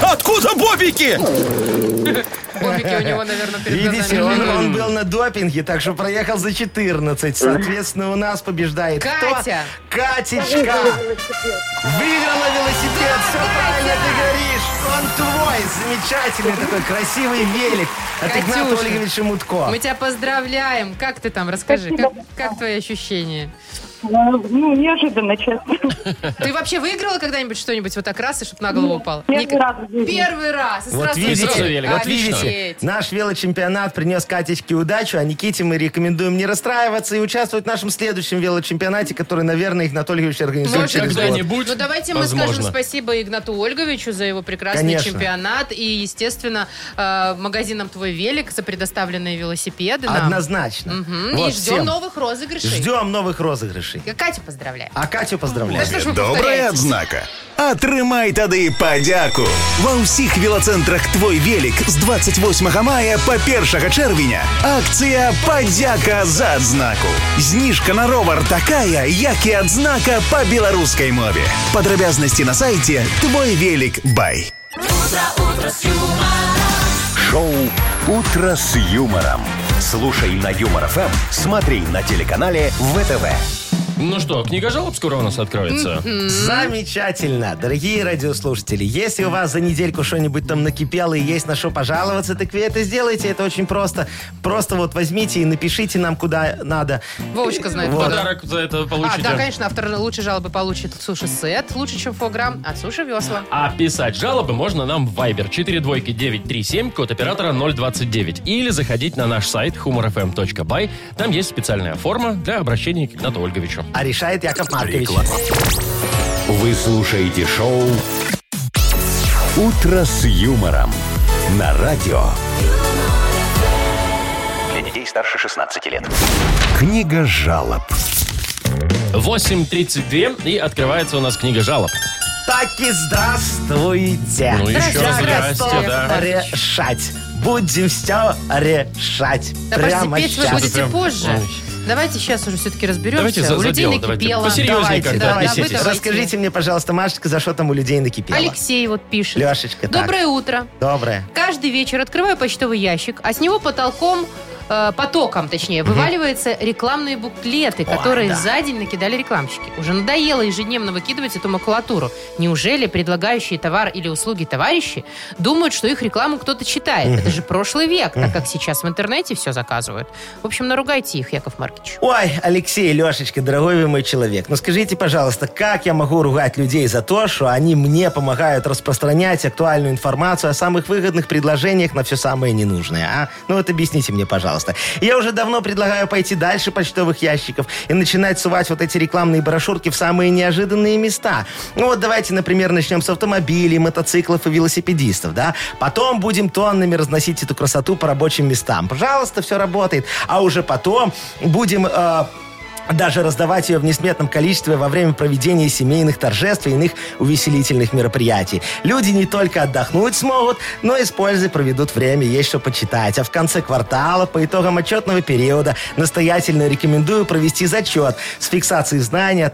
Откуда бобики?
Бобики у него, наверное, перед
Видите, он,
глазами.
он был на допинге, так что проехал за 14. Соответственно, у нас побеждает кто?
Катя.
Катечка! Выиграла велосипед, все правильно ты говоришь. Он твой, замечательный такой красивый велик от
Катюша.
Игната Ольговича Мутко.
Мы тебя поздравляем. Как ты там? Расскажи, как, как твои ощущения?
Ну, неожиданно, честно.
Ты вообще выиграла когда-нибудь что-нибудь вот так раз, и чтобы на голову упало?
Первый
Ник-
раз в жизни.
Первый раз. И
Вот
сразу
сразу
видите,
велик,
вот
отлично.
видите, наш велочемпионат принес Катечке удачу, а Никите мы рекомендуем не расстраиваться и участвовать в нашем следующем велочемпионате, который, наверное, их Анатольевич организует
Может,
через год.
Когда-нибудь,
Ну, давайте мы
возможно.
скажем спасибо Игнату Ольговичу за его прекрасный
Конечно.
чемпионат и, естественно, э, магазинам «Твой велик» за предоставленные велосипеды нам.
Однозначно.
Мгм.
Вот
и ждем
всем.
новых розыгрышей.
Ждем новых розыгрышей.
Катю поздравляю.
А Катю поздравляю.
Да что ж вы
Добрая
повторяете?
однако. Атрымай тады падзяку ва ўсіх велацэнтрах твой велик з 28 мая па 1 чэрвеня акцыя падзяка за адзнаку зніжка на ровар такая як і адзнака па беларускай мове падрабязнасці на сайце твой велик бай
Шоу «Утро с юмором». Слушай на Юмор ФМ, смотри на телеканале ВТВ.
Ну что, книга жалоб скоро у нас откроется?
Замечательно. Дорогие радиослушатели, если у вас за недельку что-нибудь там накипело и есть на что пожаловаться, так вы это сделайте. Это очень просто. Просто вот возьмите и напишите нам, куда надо.
Вовочка знает
Вот.
куда.
Подарок за это
А, да,
получите.
конечно, автор лучшей жалобы получит суши-сет, лучше, чем фограм от суши-весла.
А писать жалобы можно нам в Viber 42937, код оператора 029. Или заходить на наш сайт humorfm.by. Там есть специальная форма для обращения к Игнату Ольговичу.
А решает Яков Маркович.
Вы слушаете шоу «Утро с юмором» на радио.
Для детей старше 16 лет.
Книга жалоб.
8.32 и открывается у нас книга жалоб.
Так и здравствуйте.
Ну, еще
Здрасте,
раз
здрасте.
здрасте, да.
решать. Будем все решать.
Да
Прямо
подожди, петь вы
щас.
будете
прям-
позже.
Ой.
Давайте сейчас уже все-таки разберемся.
Давайте за-
У
за
людей
дело, давайте.
накипело.
Посерьезнее как-то
да,
отнеситесь.
да, вы давайте.
Расскажите мне, пожалуйста, Машечка, за что там у людей накипело?
Алексей вот пишет.
Лешечка, так.
Доброе утро.
Доброе.
Каждый вечер открываю почтовый ящик, а с него потолком э, потоком, точнее, вываливаются рекламные буклеты, которые за день накидали рекламщики. Уже надоело ежедневно выкидывать эту макулатуру. Неужели предлагающие товар или услуги товарищи думают, что их рекламу кто-то читает? Это же прошлый век, так как сейчас в интернете все заказывают. В общем, наругайте их, Яков Маркич.
Ой, Алексей, Лешечка, дорогой вы мой человек, ну скажите, пожалуйста, как я могу ругать людей за то, что они мне помогают распространять актуальную информацию о самых выгодных предложениях на все самое ненужное, а? Ну вот объясните мне, пожалуйста. Я уже давно предлагаю пойти дальше почтовых ящиков и начинать сувать вот эти рекламные брошюрки в самые неожиданные места. Ну вот давайте, например, начнем с автомобилей, мотоциклов и велосипедистов, да? Потом будем тоннами разносить эту красоту по рабочим местам. Пожалуйста, все работает. А уже потом будем э, даже раздавать ее в несметном количестве во время проведения семейных торжеств и иных увеселительных мероприятий. Люди не только отдохнуть смогут, но и с пользой проведут время, есть что почитать. А в конце квартала, по итогам отчетного периода, настоятельно рекомендую провести зачет с фиксацией знаний о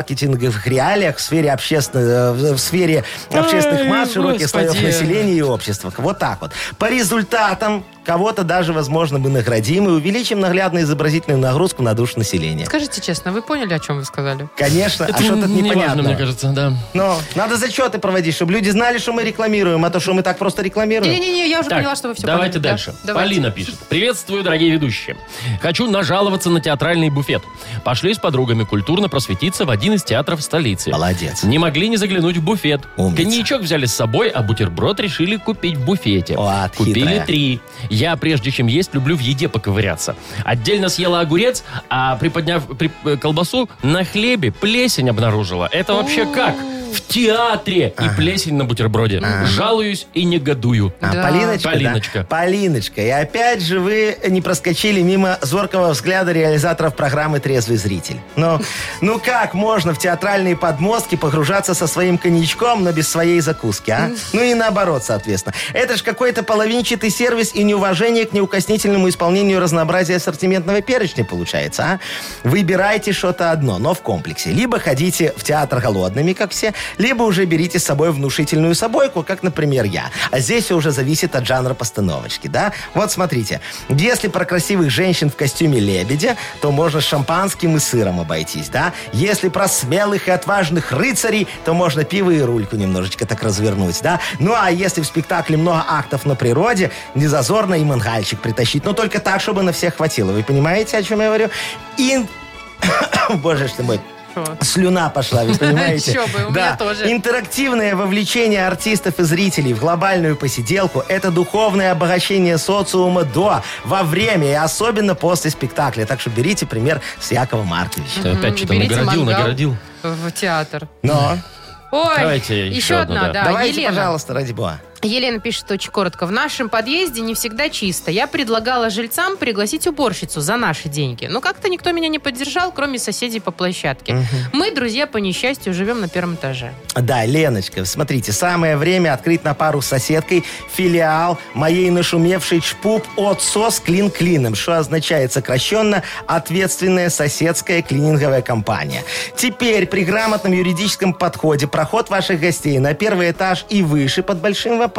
торгово-маркетинговых реалиях в сфере, общественной, э, в сфере общественных масс, широких слоев
господи.
населения населения и общества. Вот так вот. По результатам кого-то даже, возможно, мы наградим и увеличим наглядно-изобразительную нагрузку на душу населения.
Скажите честно, вы поняли, о чем вы сказали?
Конечно, а
Это
что тут
не важно, мне
непонятно?
кажется, да.
Но надо зачеты проводить, чтобы люди знали, что мы рекламируем, а то, что мы так просто рекламируем.
Не-не-не, я уже
Так,
поняла, что вы все
давайте
поняли. Да,
дальше.
давайте.
Полина пишет. Приветствую, дорогие ведущие. Хочу нажаловаться на театральный буфет. Пошли с подругами культурно просветиться в один из театров столицы.
Молодец.
Не могли не заглянуть в буфет.
Умница.
Коньячок взяли с собой, а бутерброд решили купить в буфете.
Вот,
Купили
хитрая.
три. Я, прежде чем есть, люблю в еде поковыряться. Отдельно съела огурец, а приподняв при- э, колбасу, на хлебе плесень обнаружила. Это вообще как? В театре и плесень на бутерброде. Жалуюсь и негодую.
А,
Да.
Полиночка, да?
Полиночка.
Полиночка. И опять же вы не проскочили мимо зоркого взгляда реализаторов программы «Трезвый зритель». Но, ну как можно в театральные подмостки погружаться со своим коньячком, но без своей закуски, а? Ну и наоборот, соответственно. Это ж какой-то половинчатый сервис и неуважение к неукоснительному исполнению разнообразия ассортиментного перечня получается, а? Выбирайте что-то одно, но в комплексе. Либо ходите в театр голодными, как все, либо уже берите с собой внушительную собойку, как, например, я. А здесь все уже зависит от жанра постановочки, да? Вот смотрите, если про красивых женщин в костюме лебедя, то можно с шампанским и сыром обойтись, да? Если про смелых и отважных рыцарей, то можно пиво и рульку немножечко так развернуть, да? Ну а если в спектакле много актов на природе, не зазорно и мангальчик притащить, но только так, чтобы на всех хватило. Вы понимаете, о чем я говорю? И... Боже ж ты мой. Слюна пошла, вы понимаете?
Чё бы, у меня
Да.
тоже.
Интерактивное вовлечение артистов и зрителей в глобальную посиделку – это духовное обогащение социума до, во время и особенно после спектакля. Так что берите пример с Якова Марковича.
Ты опять что-то
Берите
нагородил,
мангал
нагородил.
В театр.
Но
Ой,
Давайте
еще,
еще одну,
одна,
да.
да.
давайте,
Елена.
пожалуйста, ради бога.
Елена пишет очень коротко. В нашем подъезде не всегда чисто. Я предлагала жильцам пригласить уборщицу за наши деньги. Но как-то никто меня не поддержал, кроме соседей по площадке. Мы, друзья, по несчастью, живем на первом этаже.
Да, Леночка, смотрите, самое время открыть на пару с соседкой филиал моей нашумевшей чпуп от СОС Клин Клином, что означает сокращенно «Ответственная соседская клининговая компания». Теперь при грамотном юридическом подходе проход ваших гостей на первый этаж и выше под большим вопросом.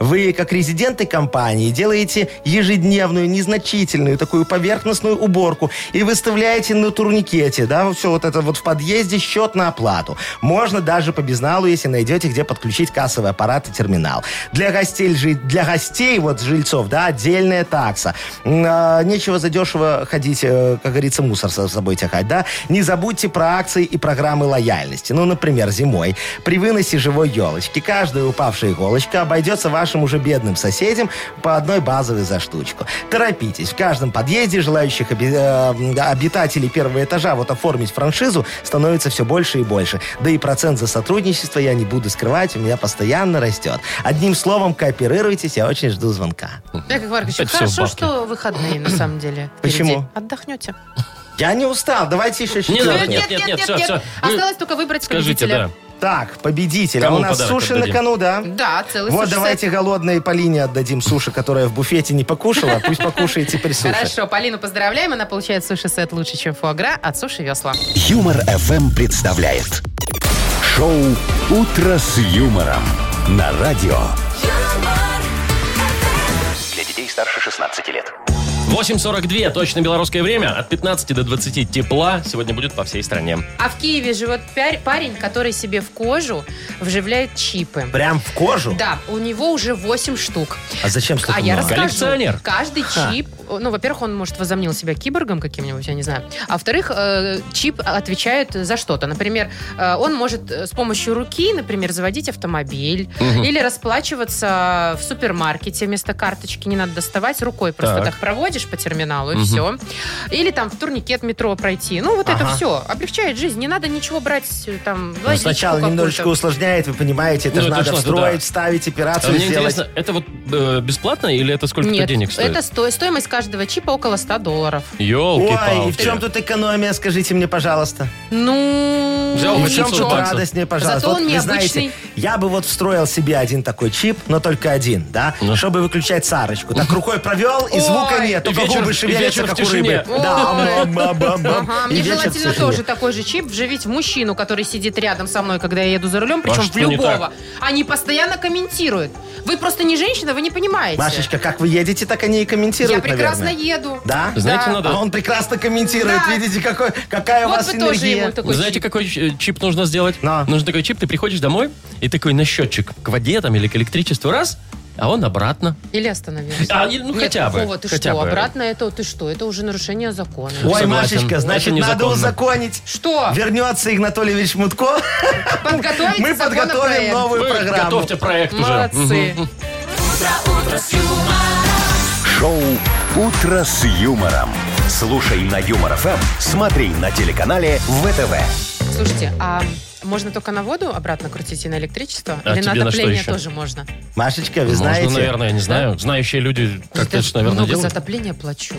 Вы, как резиденты компании, делаете ежедневную, незначительную, такую поверхностную уборку и выставляете на турникете, да, все вот это вот в подъезде счет на оплату. Можно даже по безналу, если найдете, где подключить кассовый аппарат и терминал. Для гостей, жи- для гостей вот жильцов, да, отдельная такса. М, а, Нечего задешево ходить, э, как говорится, мусор со собой тягать, да. Не забудьте про акции и программы лояльности. Ну, например, зимой при выносе живой елочки каждая упавшая иголочка обойдется вашим уже бедным соседям по одной базовой за штучку. Торопитесь. В каждом подъезде желающих оби- э, обитателей первого этажа вот оформить франшизу становится все больше и больше. Да и процент за сотрудничество я не буду скрывать, у меня постоянно растет. Одним словом, кооперируйтесь, я очень жду звонка.
Яков Маркович,
Опять всё
хорошо,
в бабке.
что выходные, на самом деле. впереди.
Почему?
Отдохнете.
Я не устал, давайте еще
Не надо,
четвертый.
Нет, нет, нет, всё, всё. Вы
Осталось только выбрать
Скажите,
победителя.
да.
Так, победитель.
Кому
а у нас
подарок
суши
отдадим?
на кону, да?
Да, целый
Вот
суши-сет.
давайте голодной Полине отдадим суши, которая в буфете не покушала. Пусть покушает теперь суши.
Хорошо, Полину поздравляем. Она получает суши-сет лучше, чем фуагра от суши весла.
Юмор FM представляет шоу Утро с юмором на радио.
Для детей старше 16 лет.
8.42, точно белорусское время. От 15 до 20 тепла сегодня будет по всей стране.
А в Киеве живет пя- парень, который себе в кожу вживляет чипы.
Прям в кожу?
Да, у него уже 8 штук.
А зачем столько
А я
много?
расскажу.
Коллекционер.
Каждый чип, ну, во-первых, он, может, возомнил себя киборгом каким-нибудь, я не знаю. А во-вторых, э, чип отвечает за что-то. Например, э, он может э, с помощью руки, например, заводить автомобиль
Мгм.
или расплачиваться в супермаркете вместо карточки, не надо доставать рукой, просто
Так.
так, проводишь по терминалу и
Мгм.
все. Или там в турникет метро пройти. Ну, вот это
Ага.
все облегчает жизнь. Не надо ничего брать э, там.
Ну, сначала
лазичку
немножечко
какую-то.
усложняет, вы понимаете, это
Ну,
же
это
надо
что-то,
встроить,
да.
А
вставить, операцию
Мне
А сделать.
интересно, это вот э, бесплатно или это сколько
Нет,
денег стоит?
это сто- стоимость каждого чипа около 100 долларов.
Ой, и в
Ёлки-палки.
чем тут экономия, скажите мне, пожалуйста?
Ну...
Взял
И
бы
в чем
800
тут
баксов.
радость мне, пожалуйста?
Зато он
вы
необычный.
знаете, я бы вот встроил себе один такой чип, но только один, да?
Ну.
Чтобы выключать Сарочку. Так рукой провел, и звука
Ой.
нет, только
вечер-
губы
и
шевелятся,
вечер в
как у
тишине.
рыбы. Да,
Ой.
ам-ам-ам-ам.
Ага,
И
мне
вечер в
желательно
тишине.
тоже такой же чип вживить в мужчину, который сидит рядом со мной, когда я еду за рулем, причем в
что не
любого.
так?
Они постоянно комментируют. Вы просто не женщина, вы не понимаете.
Машечка, как вы едете, так они и комментируют,
я прекрасно
наверное.
еду.
Да?
Знаете,
Да.
надо...
А он прекрасно комментирует.
Да.
Видите, какой, какая у
Вот
вас
вы тоже
энергия.
ему такой
Знаете,
чип.
какой э, чип нужно сделать?
На.
Нужен такой чип, ты приходишь домой, и такой на счетчик к воде там или к электричеству раз, а он обратно.
Или остановился.
А, или, ну,
Нет,
хотя бы,
такого, ты
хотя
что,
бы.
обратно это, ты что, это уже нарушение закона.
Ой,
Согласен.
Машечка,
Это
значит, надо
незаконно.
узаконить.
Что?
Вернется Игнатольевич Мутко.
Подготовить
Мы подготовим
законопроект?
новую
Вы
программу.
готовьте проект уже.
Молодцы.
Шоу «Утро с юмором». Слушай на Юмор ФМ, смотри на телеканале ВТВ.
Слушайте, а можно только на воду обратно крутить и на электричество?
А
Или на
тебе на что
отопление
еще?
тоже можно?
Машечка, вы
Можно,
знаете...
наверное, я не знаю. Знающие люди как-то
Я
это, наверное,
много за
делают.
отопление плачу.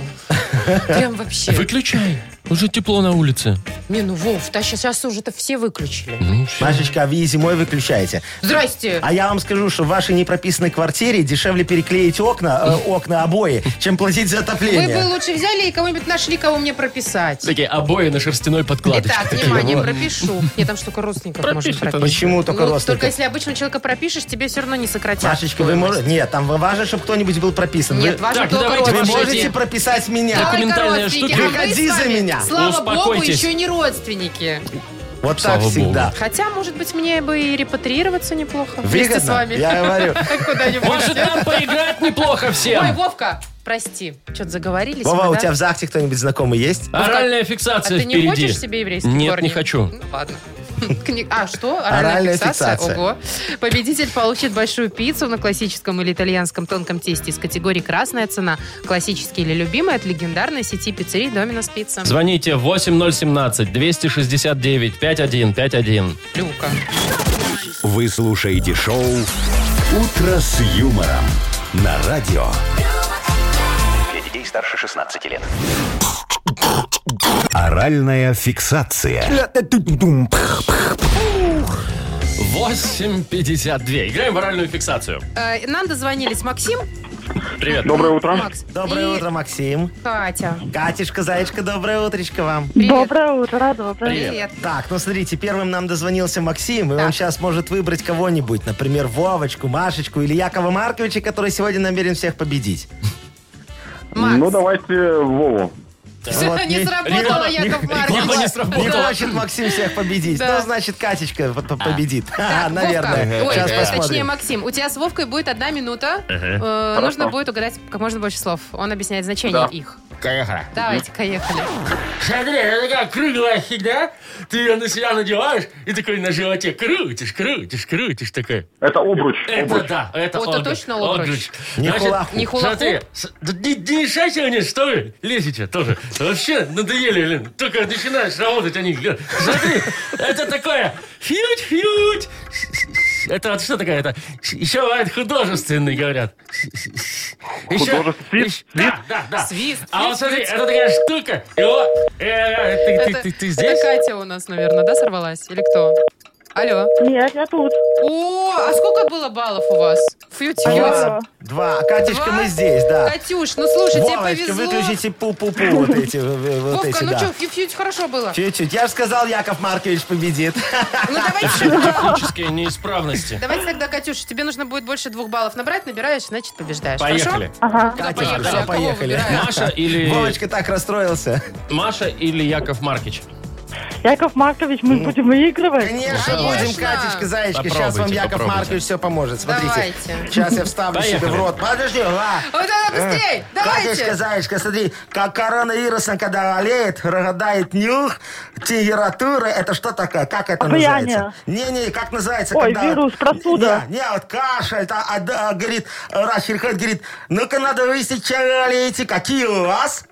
Прям вообще.
Выключай. Уже тепло на улице.
Не, ну, Вов, та сейчас уже-то все выключили.
Ну, всё.
Машечка, а вы и зимой выключаете.
Здрасте.
А я вам скажу, что в вашей непрописанной квартире дешевле переклеить окна, э, окна обои, чем платить за
Вы бы
отопление.
лучше взяли и кого-нибудь нашли, кого мне прописать.
Такие обои на шерстяной подкладочке.
Итак,
Такие,
внимание,
вот.
пропишу. Я там штука родственников можно
Пропишет она.
прописать.
Почему
Ну,
только
Только
родственников?
если обычного человека пропишешь, тебе все равно не сократят.
Машечка, вы
стоимость.
можете... Нет, там важно, чтобы кто-нибудь был прописан.
Нет,
вы,
важно
Так,
только
давайте ваш-
вы
родственники.
можете
Подожди.
прописать меня.
Только
Документальная
родственники.
штука.
А вы с
Выходи за
вами,
меня.
Слава богу,
Успокойтесь.
еще не родственники.
Вот
Слава
так всегда.
Хотя, может быть, мне бы и репатриироваться неплохо. Вместе с
Выгодно,
вами.
я говорю.
Куда-нибудь.
Может, нам поиграть неплохо
Ой,
всем.
Вовка, прости. Что-то заговорились.
Вова,
мы,
у
да?
тебя в ЗАГСе кто-нибудь знакомый есть?
Оральная
А
фиксация
ты не
впереди.
хочешь себе еврейский
Нет,
корни?
не хочу.
Ну, ладно. Кни- А, что?
Оральная
Оральная фиксация?
фиксация.
Ого. Победитель получит большую пиццу на классическом или итальянском тонком тесте из категории «Красная цена». Классический или любимый от легендарной сети пиццерий «Доминос Пицца».
Звоните 8017-269-5151.
Люка.
Вы слушаете шоу «Утро с юмором» на радио.
Для детей старше 16 лет.
Оральная фиксация.
8.52. Играем в оральную фиксацию.
Э, Нам дозвонились Максим,
Привет.
Доброе утро.
Макс
Доброе
и
утро, Максим.
Катя.
Катюшка, Зайчка, доброе утречко вам.
Привет.
Доброе утро, доброе.
Привет.
Так, ну смотрите, первым нам дозвонился Максим, и
Так.
он сейчас может выбрать кого-нибудь. Например, Вовочку, Машечку или Якова Марковича, который сегодня намерен всех победить.
Макс.
Ну, давайте Вову.
Вот
не
не-
сработала,
не-
Яков
не-
Либо не
Маркович.
Не
сработало.
хочет Максим всех победить.
Да. А.
Ну, значит, Катечка по- по- победит.
Так,
Ха, А, Наверное.
Вовка, ой,
Сейчас
э, точнее,
посмотрим.
Максим, у тебя с Вовкой будет одна минута. Э, Нужно будет угадать как можно больше слов. Он объясняет значение их. Давайте, поехали.
Смотри, она такая круглая фигня. Ты ее на себя надеваешь и такой на животе крутишь, крутишь, крутишь такой.
Это обруч.
Это
обруч.
да, это
Вот это точно обруч.
Не
Значит,
хулаху.
Не хулаху?
Смотри, с- да не, не решай сегодня, что ли? Лесича тоже. Вообще надоели, блин. Только начинаешь работать, они... блин, Смотри, это такое... Фьють-фьють. Это вот что такое? Это еще бывает художественный, говорят. Еще-
Художественный?
еще- Да, да, да.
Свист,
А вот
свист,
смотри,
свист.
это такая штука. И вот... э, э, ты-
Это-
ты- Ты ты
Это
здесь?
Катя у нас, наверное, да, сорвалась? Или кто? Алло.
Нет, я тут.
О, а сколько было баллов у вас? Фьють-фьють.
Алло.
Два. Два. Катечка,
Два?
А, мы здесь, да.
Катюш, ну слушай, тебе
Вовочка,
повезло.
выключите пу-пу-пу вот эти, э, вот
Вовка,
эти,
ну
да.
что, фьють-фьють хорошо было.
Чуть-чуть. Я же сказал, Яков Маркович победит.
Ну давайте,
Технические неисправности.
давайте тогда, Катюша, тебе нужно будет больше двух баллов набрать, набираешь, значит побеждаешь.
Поехали.
Ага.
Хорошо?
Поехали.
Поехали.
Все,
А кого
поехали.
выбираем?
Маша или...
Вовочка так расстроился.
Маша или Яков Маркич?
Яков Маркович, мы будем выигрывать.
Ну. Конечно,
Давай.
будем, Катечка, Заячка. Сейчас
Попробуйте,
вам Яков
попробуйте.
Маркович все поможет. Смотрите.
Давайте.
Сейчас я вставлю себе
Поехали.
в рот. Подожди, а.
Вот она, быстрей,
Катечка,
давайте.
Заячка, смотри, как коронавирусом, когда олеет, рогадает нюх, температура, это что такое? Как это
Обаяние.
называется? Не-не, как называется?
Ой,
когда-
вирус, простуда.
Не, не, вот кашель, та- а, да, говорит, раз говорит, ну-ка надо выяснить, чем вы олеете, какие у вас?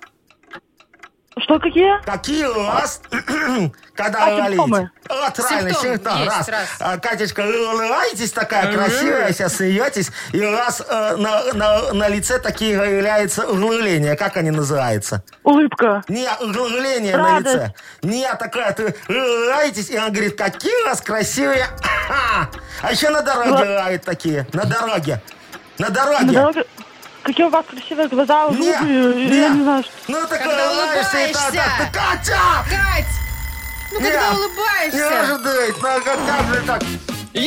Что, какие?
Какие у вас, когда
А,
вы
симптомы?
болеете? Вот правильно,
Симптомы
симптом.
есть,
раз.
раз.
А, Катечка, вы улыбаетесь такая красивая, сейчас смеетесь, и у вас э, на, на- на лице такие являются углубления. Как они называются?
Улыбка.
Не, углубление на
Радость.
лице. Не, такая, ты улыбаетесь, и он говорит, какие у вас красивые. А, еще на дороге
Гла-
бывают такие, на дороге. На дороге.
На дороге- Какие у вас красивые глаза, зубы,
Не, не.
я не знаю, что...
Ну, такой
Когда
улыбаешься, и так,
улыбаешься.
так, Катя!
Кать! Ну,
Не,
когда
Не
улыбаешься,
может быть, ну как же так?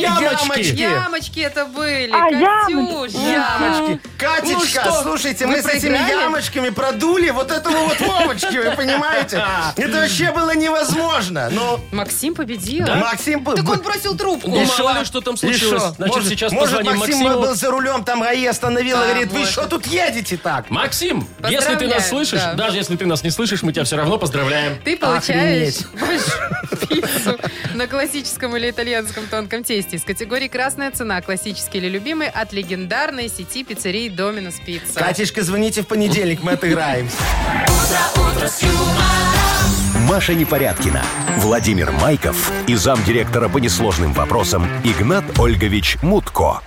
Ямочки!
ямочки это были,
А,
Катюш.
Ямочки.
Ну
Катечка,
что,
слушайте,
мы
мы, с этими
проиграли?
ямочками продули вот этого вот Вовочки, вы понимаете? Это вообще было невозможно. Но
Максим победил.
Максим... был-
А? Так он бросил трубку.
Ну,
мама.
шо ли, что там случилось?
И шо?
Значит,
может,
сейчас
может,
позвоним
Максим
Максиму.
был за рулем, там ГАИ остановила,
А,
говорит, вы
может.
что тут едете
М-м,
так?
Максим, если ты
Поздравляю,
нас слышишь,
да.
даже если ты нас не слышишь, мы тебя все равно поздравляем.
Ты получаешь большую пиццу на классическом или итальянском тонком тесте из категории «Красная цена», классический или любимый, от легендарной сети пиццерий «Доминос Пицца».
Катюшка, звоните в понедельник, мы отыграемся.
Маша Непорядкина, Владимир Майков и замдиректора по несложным вопросам Игнат Ольгович Мутко.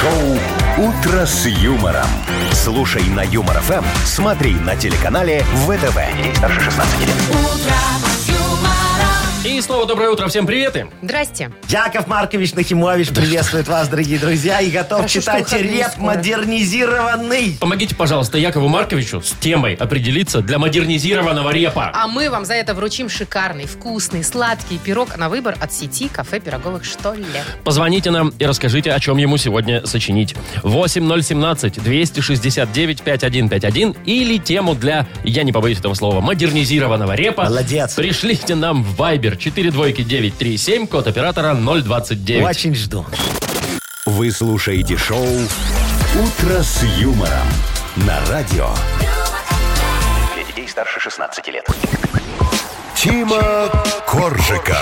Шоу «Утро с юмором». Слушай на Юмор ФМ, смотри на телеканале ВТВ. Здесь старше 16 лет.
И снова доброе утро, всем приветы.
Здрасте.
Яков Маркович Нахимович приветствует вас, дорогие друзья, и готов
Хорошо, что
читать
выходные
реп
скоро.
модернизированный.
Помогите, пожалуйста, Якову Марковичу с темой определиться для модернизированного репа.
А мы вам за это вручим шикарный, вкусный, сладкий пирог на выбор от сети кафе пироговых «Что ли?».
Позвоните нам и расскажите, о чем ему сегодня сочинить. 8017-269-5151 или тему для, я не побоюсь этого слова, модернизированного репа.
Молодец.
Пришлите нам в Viber 42937, код оператора 029.
Очень жду.
Вы слушаете шоу «Утро с юмором» на радио.
Для детей старше 16 лет.
Тима Коржика.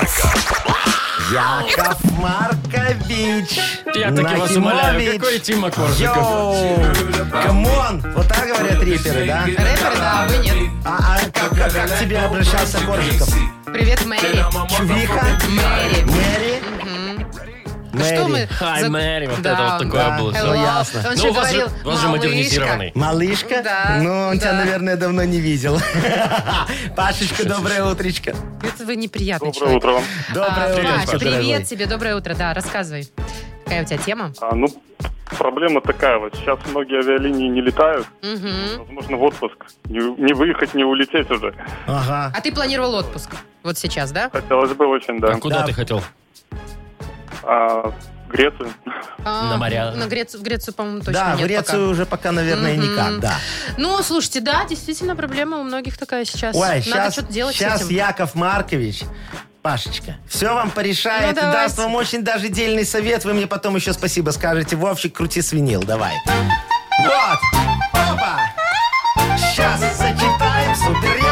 Яков Маркович.
Я таки вас умоляю, какой
Нахимович.
Тима Коржиков?
Йоу, камон. Вот так говорят рэперы, да?
Рэперы, да, а вы нет.
А, а как, как- как к тебе обращался Коржиков?
Привет, Мэри.
Чувиха?
Мэри.
Мэри?
А Что мы
Мэри.
Hi,
за-
Mary, вот
Да.
это вот такое
Да.
было.
Hello.
Hello.
ясно.
Он
Ну,
еще
у вас же-
говорил,
у вас же
«Малышка».
модернизированный.
Малышка?
Да,
Ну, он тебя,
да.
наверное, давно не видел. Пашечка, доброе утречко.
Это вы неприятный
Доброе
человек.
утро вам.
Доброе
А,
утро.
Паш, А, привет
дорогой.
тебе, доброе утро. Да, рассказывай. Какая у тебя тема?
А, ну, проблема такая вот. Сейчас многие авиалинии не летают.
Мгм.
Возможно, в отпуск. Не, не выехать, не улететь уже.
Ага.
А ты планировал отпуск? Вот сейчас, да?
Хотелось бы очень,
А
да.
куда
Да.
ты хотел?
А, в Грецию.
А,
На моря.
На Грецию, в Грецию, по-моему, точно
Да, в
нет
Грецию уже пока, наверное,
Мгм.
никак, да.
пока. Ну, слушайте, да, действительно проблема у многих такая сейчас.
Ой,
Надо
сейчас,
что-то делать с
сейчас
этим.
Яков Маркович, Пашечка, все вам порешает
Ну,
и даст
давайте.
вам очень даже дельный совет. Вы мне потом еще спасибо скажете. Вовчик, крути свинил, давай. Вот, опа. Сейчас сочетаем суперреп.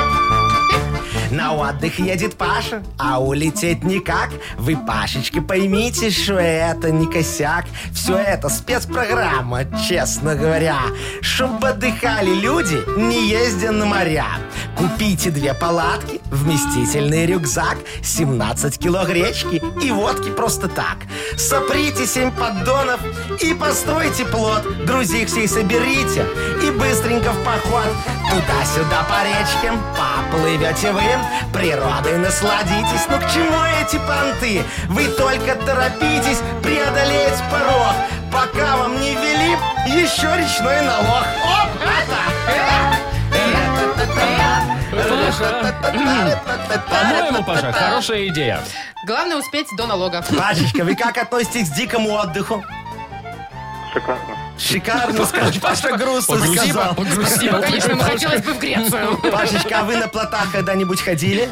На отдых едет Паша, а улететь никак. Вы, Пашечка, поймите, что это не косяк. Все это спецпрограмма, честно говоря. Чтоб отдыхали люди, не ездя на моря. Купите две палатки, вместительный рюкзак, 17 кило гречки и водки просто так. Соприте 7 поддонов и постройте плод. Друзей всей соберите и быстренько в поход. Туда-сюда по речке поплывете вы. Природой насладитесь. Ну к чему эти понты? Вы только торопитесь преодолеть порог. Пока вам не вели еще речной налог. Оп,
По-моему, Паша, хорошая идея.
Главное успеть до налога.
Пашечка, вы как относитесь к дикому отдыху?
Шикарно.
Шикарно, скажешь. Паша грустно
Погрузи,
сказал.
погрустил.
Конечно, ему хотелось бы в Грецию.
Пашечка, а вы на плотах когда-нибудь ходили?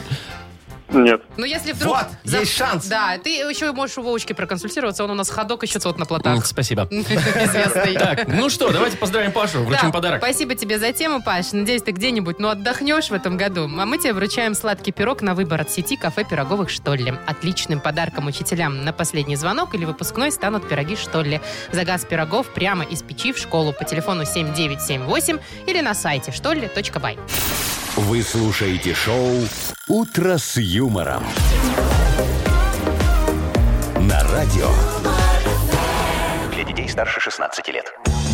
Нет.
Но если вдруг...
Вот, есть шанс.
Да, ты еще можешь у Вовочки проконсультироваться, он у нас ходок еще тот на
М,
плотах.
Спасибо.
Известный.
Так, ну что, давайте поздравим Пашу, вручим
Да,
подарок.
Спасибо тебе за тему, Паш. Надеюсь, ты где-нибудь, ну, отдохнешь в этом году. А мы тебе вручаем сладкий пирог на выбор от сети кафе пироговых «Что ли?». Отличным подарком учителям на последний звонок или выпускной станут пироги «Что ли?». Заказ пирогов прямо из печи в школу по телефону 7978 или на сайте что ли.бай.
Вы слушаете шоу «Утро с юмором». На радио
Для детей старше 16 лет.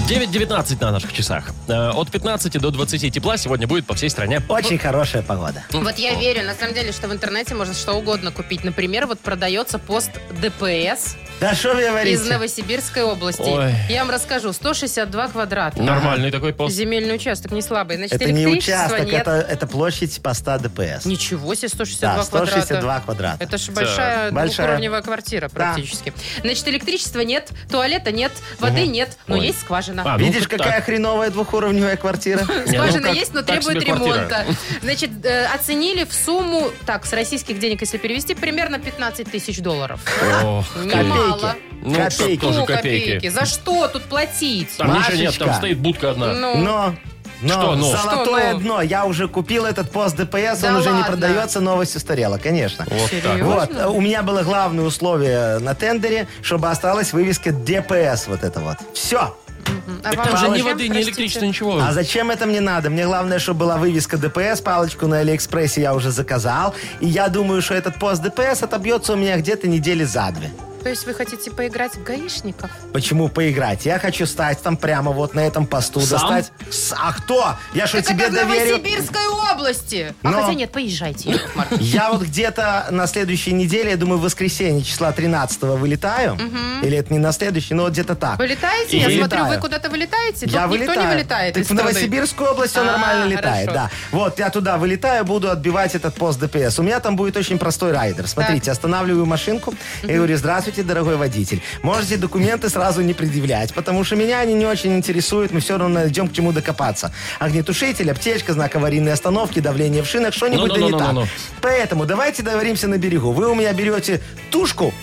9.19 на наших часах. Э, От 15 до 20 тепла сегодня будет по всей стране.
Очень хорошая погода.
Ну
Вот я верю, на самом деле, что в интернете можно что угодно купить. Например, вот продается пост ДПС
Да что вы
из
говорите?
Новосибирской области.
Ой.
Я вам расскажу, 162 квадрата.
Нормальный такой пост.
Земельный участок не слабый. Значит,
Это не
электричества
участок,
нет.
это, это площадь поста ДПС.
Ничего себе, 162
Да,
квадрата.
162 квадрата.
Это же большая
Большая.
двухуровневая квартира практически. Значит, электричества нет, туалета нет, воды нет, но
Ой.
есть скважина.
А, ну,
Видишь,
вот
какая
так.
хреновая двухуровневая квартира?
Не, ну
Скважина
как-
есть, но
так
требует
себе квартира.
ремонта. Значит, э, оценили в сумму, так, с российских денег, если перевести, примерно 15 тысяч долларов.
Ох,
Немало.
ну,
Копейки.
тоже
Ну,
копейки.
За что тут платить?
Там ничего нет, там
Машечка.
стоит будка одна.
Ну,
Но... Но,
Что но?
золотое
Что но?
дно. Я уже купил этот пост ДПС,
Да
он уже не
ладно.
продается, новость устарела, конечно.
вот так.
серьезно?
Вот, э, у меня было главное условие на тендере, чтобы осталась вывеска ДПС вот это вот. Все.
А вам
Там же ни
зачем,
воды, ни
простите?
электричества, ничего.
А зачем это мне надо? Мне главное, чтобы была вывеска ДПС, палочку на Алиэкспрессе я уже заказал, и я думаю, что этот пост ДПС отобьется у меня где-то недели за две.
То есть вы хотите поиграть в гаишников?
Почему поиграть? Я хочу стать там прямо вот на этом посту.
Сам?
Достать. С- А кто? Я что,
Так
тебе
это в
доверю?
Новосибирской области. А
Но.
хотя нет, поезжайте, Яков Маркович.
Я вот где-то на следующей неделе, я думаю, в воскресенье числа 13 вылетаю. Или это не на следующей, но вот где-то так.
Вылетаете? Я
Вылетаю.
смотрю, вы куда-то вылетаете? Тут
Я
никто не
вылетаю.
вылетает
Так
из
в
страны.
Новосибирскую область все
А,
нормально летает,
хорошо.
да. Вот, я туда вылетаю, буду отбивать этот пост ДПС. У меня там будет очень простой райдер. Смотрите, останавливаю машинку и говорю, здравствуйте, дорогой водитель. Можете документы сразу не предъявлять, потому что меня они не очень интересуют, мы все равно найдем к чему докопаться. Огнетушитель, аптечка, знак аварийной остановки, давление в шинах, что-нибудь да не так.
Ну-ну-ну-ну-ну.
Поэтому давайте договоримся на берегу. Вы у меня берете тушку,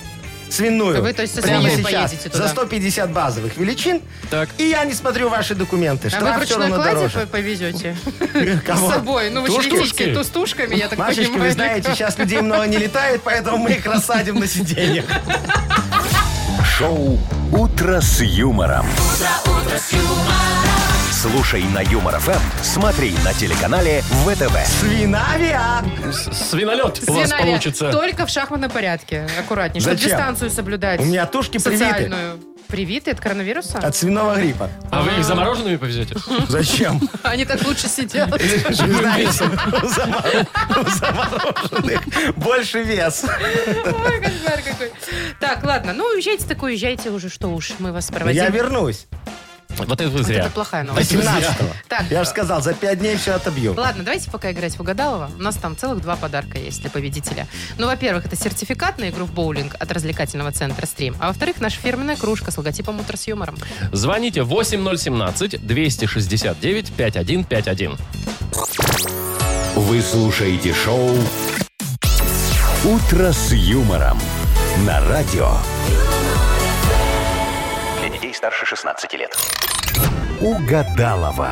свиную.
А Вы, то есть, со
прямо
свиной
сейчас
поедете туда?
за 150 базовых величин.
Так.
И я не смотрю ваши документы.
А вы
Штраф
в
все
ручной
равно
кладе
дороже.
по- повезете?
Кого?
С собой. Ну, вы же
Тушки?
летите тустушками, я так
Машечка,
понимаю.
вы знаете, сейчас людей много не летает, поэтому мы их рассадим на сиденьях.
шоу «Утро с юмором». Слушай на Юмор ФМ, смотри на телеканале ВТВ.
Свинавиа!
С- Свинолет у вас
Свинаря.
получится.
Только в шахматном порядке. Аккуратнее, чтобы
Зачем?
дистанцию соблюдать.
У меня тушки привиты
Социальную. Привиты от коронавируса?
от свиного гриппа.
А вы их замороженными повезете?
Зачем?
Они так лучше сидят.
Вы знаете, у замор- у замороженных больше вес.
Ой, кошмар какой. Так, ладно, ну уезжайте, так уезжайте уже, что уж, мы вас проводим.
Я вернусь.
Вот это вы
Вот это
зря.
плохая новость.
18-го.
Так.
Я же сказал, за 5 дней все отобью.
Ладно, давайте пока играть в угадалово. У нас там целых два подарка есть для победителя. Ну, во-первых, это сертификат на игру в боулинг от развлекательного центра «Стрим». А во-вторых, наша фирменная кружка с логотипом «Утро с юмором».
Звоните 8017-269-5151.
Вы слушаете шоу «Утро с юмором» на радио
Для детей старше 16 лет.
Угадалова.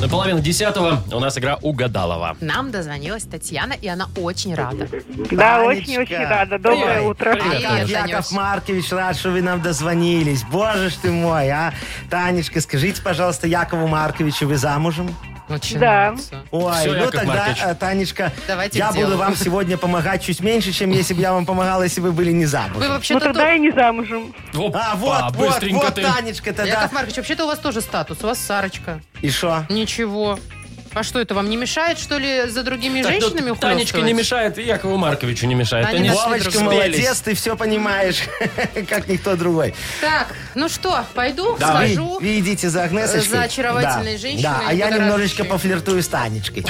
На половину десятого у нас игра «Угадалова».
Нам дозвонилась Татьяна, и она очень рада.
Да,
Танечка.
очень-очень рада. Доброе
Ой.
утро.
Привет,
Привет,
Яков
Танюш.
Маркович, рад, что вы нам дозвонились. Боже ж ты мой, а. Танечка, скажите, пожалуйста, Якову Марковичу, вы замужем?
Начинается.
Ой,
Всё,
ну
Яков
тогда,
Маркович.
э, Танечка,
Давайте
я
к делу.
буду вам сегодня помогать чуть меньше, чем если бы я вам помогала, если бы вы были не
Вы
замужем.
Ну
вообще-то...
тогда я не замужем.
Опа,
А, вот, вот,
быстренько
вот,
ты.
Танечка,
то-
тогда.
Яков Маркович, вообще-то у вас тоже статус. У вас Сарочка.
И что?
Ничего. А что это вам не мешает, что ли, за другими
Так, ну,
женщинами ухлёстывать?
Танечке не мешает и Якову Марковичу не мешает.
Они
Они
нашли
спелись.
Вовочка, молодец, ты все понимаешь, как никто другой.
Так, ну что, пойду,
Да, вы-
схожу.
вы идите за Агнесочкой.
э, За очаровательной
Да,
женщиной,
Да, а я
будоражащей.
немножечко пофлиртую с Танечкой.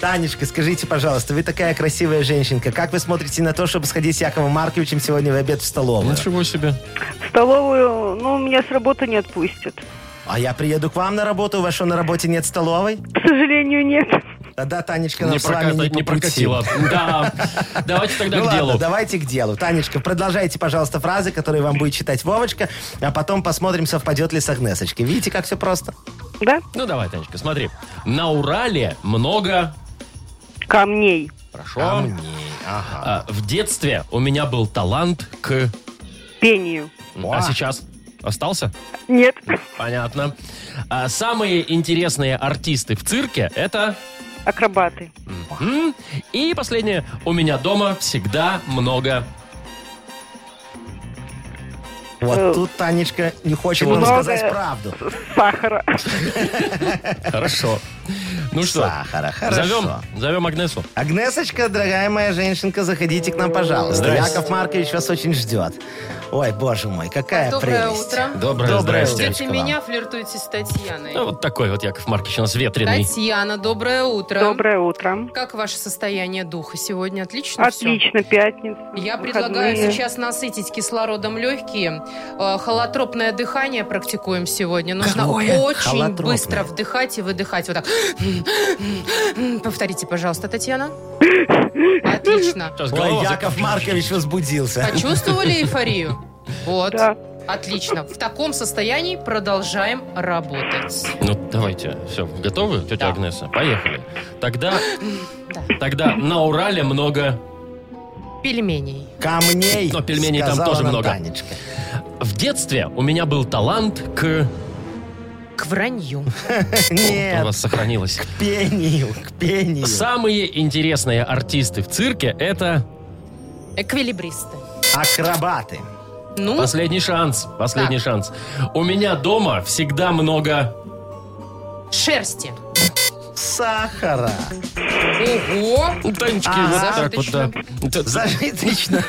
Танечка, скажите, пожалуйста, вы такая красивая женщинка. Как вы смотрите на то, чтобы сходить с Яковом Марковичем сегодня в обед в столовую?
Ничего себе.
В столовую, ну, меня с работы не отпустят.
А я приеду к вам на работу, у вас что, на работе нет столовой?
К сожалению, нет.
Тогда Танечка нам
Не,
с вами
проката-
не,
не
по пути.
прокатило. Да. Давайте тогда
ну
к
ладно,
делу.
давайте к делу. Танечка, продолжайте, пожалуйста, фразы, которые вам будет читать Вовочка, а потом посмотрим, совпадет ли с Агнесочкой. Видите, как все просто?
Да?
Ну давай, Танечка, смотри. На Урале много...
Камней.
Хорошо. А, в детстве у меня был талант к...
Пению.
А
О.
сейчас остался?
Нет.
Понятно. А, самые интересные артисты в цирке это...
Акробаты.
М? И последнее. У меня дома всегда много...
Вот тут Танечка не хочет нам
Много
сказать правду.
Сахара.
Хорошо. Ну что,
Сахара, хорошо.
зовем, зовем Агнесу.
Агнесочка, дорогая моя женщинка, заходите к нам, пожалуйста.
Здрасте.
Яков Маркович вас очень ждет. Ой, боже мой, какая
Доброе
прелесть.
утро.
Доброе,
Доброе
здрасте.
утро.
Ждите
Девочка,
меня, флиртуете с Татьяной.
Ну, вот такой вот Яков Маркич у нас ветреный.
Татьяна, доброе утро.
Доброе утро.
Как ваше состояние духа сегодня? Отлично Ну всё?
Отлично, пятница.
Я
выходные.
предлагаю сейчас насытить кислородом легкие. Э, Холотропное дыхание практикуем сегодня. Нужно
Какое?
очень
Холотропное?
быстро вдыхать и выдыхать. Вот так. Повторите, пожалуйста, Татьяна. Отлично.
Сейчас
Ой,
голова
Яков Маркович возбудился.
Почувствовали эйфорию? Вот.
Да.
Отлично. В таком состоянии продолжаем работать.
Ну, давайте. Все, готовы, тетя Агнеса? Поехали. Тогда...
Да.
Тогда на Урале много...
Пельменей.
Камней.
Но пельменей там
сказала
тоже
нам
много.
Танечка.
В детстве у меня был талант к...
К вранью.
У
Нет,
вас сохранилось.
к пению, к пению.
Самые интересные артисты в цирке — это
Эквилибристы.
Акробаты.
Ну,
последний шанс. Последний шанс. У меня дома всегда много...
шерсти.
Сахара.
Ого!
Танечки,
Ага.
вот так вот, да. Это-
Зажиточно.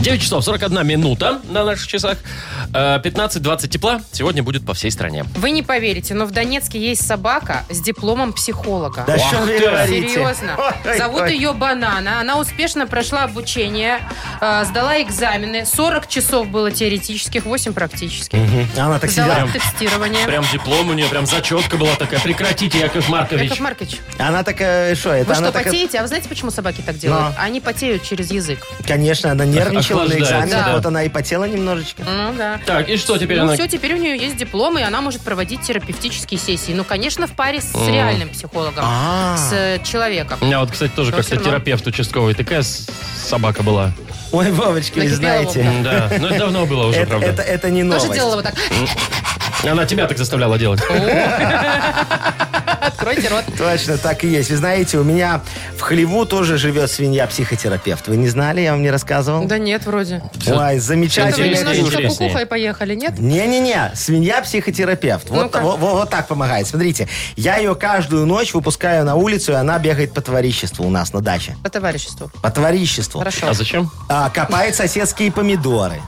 9 часов 41 минута на наших часах. Э, 15-20 тепла сегодня будет по всей стране.
Вы не поверите, но в Донецке есть собака с дипломом психолога.
Да что вы
ты.
говорите?
Серьезно.
Ой,
Зовут
ой.
ее Банана. Она успешно прошла обучение, э, сдала экзамены. 40 часов было теоретических, 8 практических.
Она так
Сдала
сидела.
тестирование.
Прям диплом у нее, прям зачетка была такая. Прекратите, Яков Маркович.
Яков Маркович,
Она такая, что это?
вы
она
что,
такая- Ну.
потеете? А вы знаете, почему собаки так делают?
Но.
Они потеют через язык.
Конечно, она нервничала на
Охлаждается,
экзаменах,
да.
вот она и потела немножечко.
Ну да.
Так, и что теперь
Ну
она...
все, теперь у нее есть диплом, и она может проводить терапевтические сессии. Ну, конечно, в паре с реальным психологом,
А.
с э, человеком.
У меня вот, кстати,
Ну,
тоже
Но
как-то
всё равно.
терапевт участковый. Такая с- собака была.
Ой, Вовочка, вы
Накипело,
знаете,
М, Да, но это давно было уже,
это, это,
правда.
это не
Тоже делала
новость.
вот так.
Она тебя так заставляла делать.
Откройте рот.
Точно, так и есть. Вы знаете, у меня в Хлеву тоже живет свинья-психотерапевт. Вы не знали, я вам не рассказывал?
Да нет, вроде.
Ой,
Это вы
замечательная
Интереснее,
немножечко
интереснее.
кукухой поехали, нет?
Не-не-не, свинья-психотерапевт. Вот,
Ну-ка.
во- во- вот так помогает. Смотрите, я ее каждую ночь выпускаю на улицу, и она бегает по творчеству у нас на даче.
По товариществу.
По творчеству.
Хорошо.
А зачем?
А, копает соседские помидоры.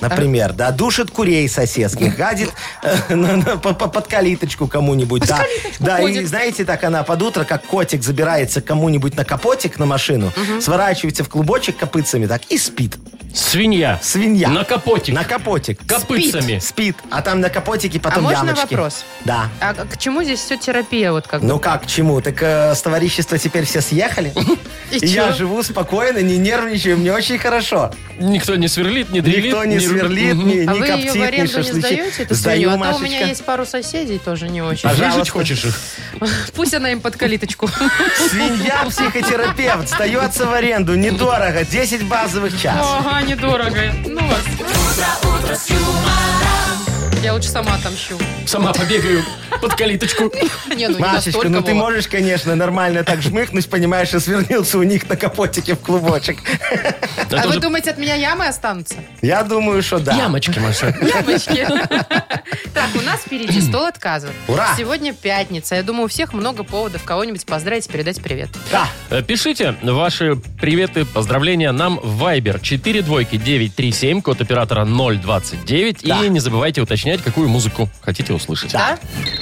Например, да, душит курей соседских, гадит э, на- на- по- по- под калиточку кому-нибудь, да. Да, и
ходит.
знаете, так она под утро, как котик, забирается к кому-нибудь на капотик, на машину, сворачивается в клубочек копытцами, так, и спит.
Свинья.
Свинья.
На капотик.
На капотик.
Копытцами.
Спит, а там на капотике потом
А можно
ямочки.
вопрос?
Да.
А к к чему здесь все терапия вот как
Ну
бы?
как, к чему? Так э, с товарищества теперь все съехали.
И
И Я
чё?
живу спокойно, не нервничаю, мне очень хорошо.
Никто не сверлит, не дрелит.
Никто не
рубит.
сверлит,
Мгм.
ни,
А
ни
вы ее
коптит,
в
ни
аренду не
шашлычки.
сдаете, эту
Сдаю,
свинью? А то у
Машечка.
меня есть пару соседей тоже не очень.
Выжить
Пожалуйста.
А хочешь их?
Пусть она им под калиточку.
Свинья-психотерапевт сдается в аренду, недорого, 10 базовых час.
Ага, недорого. Ну вас. Я лучше сама отомщу.
Сама побегаю под калиточку.
Не, ну не
Машечка, ну
настолько,
ты
Вова.
можешь, конечно, нормально так жмыхнуть, понимаешь, и свернился у них на капотике в клубочек.
Это
А вы
уже
думаете, от меня ямы останутся?
Я думаю, что да.
Ямочки, Маша.
Ямочки. Так, у нас впереди стол отказов.
Ура!
Сегодня пятница. Я думаю, у всех много поводов кого-нибудь поздравить и передать привет.
Да.
Э, Пишите ваши приветы, поздравления нам в Viber 42937, код оператора 029.
Да.
И не забывайте уточнять, какую музыку хотите услышать.
Да?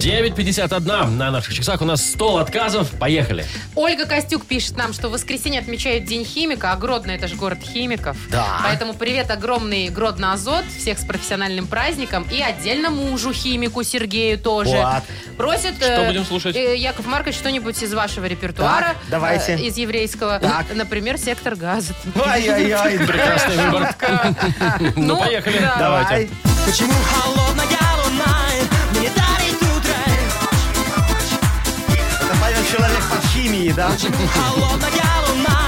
9.51 на наших часах. У нас стол отказов. Поехали.
Ольга Костюк пишет нам, что в воскресенье отмечают День химика, а Гродно это же город химиков.
Да.
Поэтому привет огромный Гродно Азот, всех с профессиональным праздником и отдельно мужу химику Сергею тоже.
Вот.
Просит
Что будем слушать?
э, Яков Маркович что-нибудь из вашего репертуара.
Так, давайте.
э, из еврейского.
Так.
Например, «Сектор газа».
Ай-яй-яй.
Прекрасный выбор. Ну, поехали.
да.
Давай.
Почему холодная луна мне дарит утро?
Это поет человек по химии, да?
Холодная луна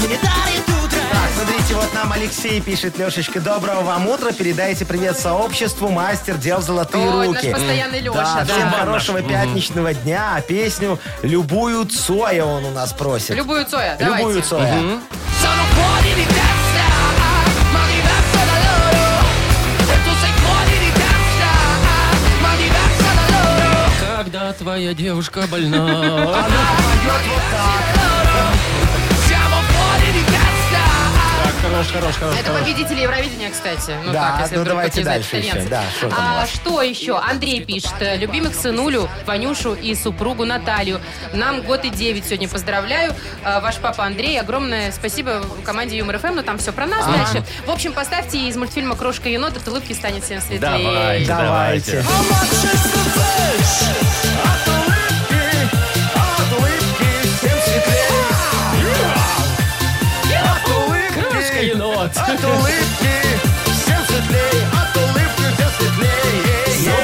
мне дарит утро.
Так, смотрите, вот нам Алексей пишет, Лешечка, доброго вам утра, передайте привет сообществу, мастер дел золотые
Ой,
руки.
наш постоянный Леша,
Да,
да.
всем хорошего пятничного дня, а песню «Любую Цоя» он у нас просит.
Любую Цоя, давайте.
Любую Цоя.
Sono fuori di testa, ma diversa da loro. E tu sei fuori di testa, ma diversa da loro.
Когда твоя девушка больна.
Siamo fuori di testa.
Хорош, хорош, хорош.
Это победители Евровидения, кстати. Ну
Да,
так, если
ну
вдруг кто-то
давайте
не знает
дальше еще.
итальянцев.
Да, что там у
а, что еще? Андрей пишет. э, Любимых сынулю, Ванюшу и супругу Наталью. Нам год и девять сегодня поздравляю. А, Ваш папа Андрей. Огромное спасибо команде Юмор ФМ, но там все про нас дальше. В общем, поставьте из мультфильма «Крошка енота» «От улыбки станет всем светлее».
Давай.
Давайте.
How much is the fish?
Крошка енот. Ну,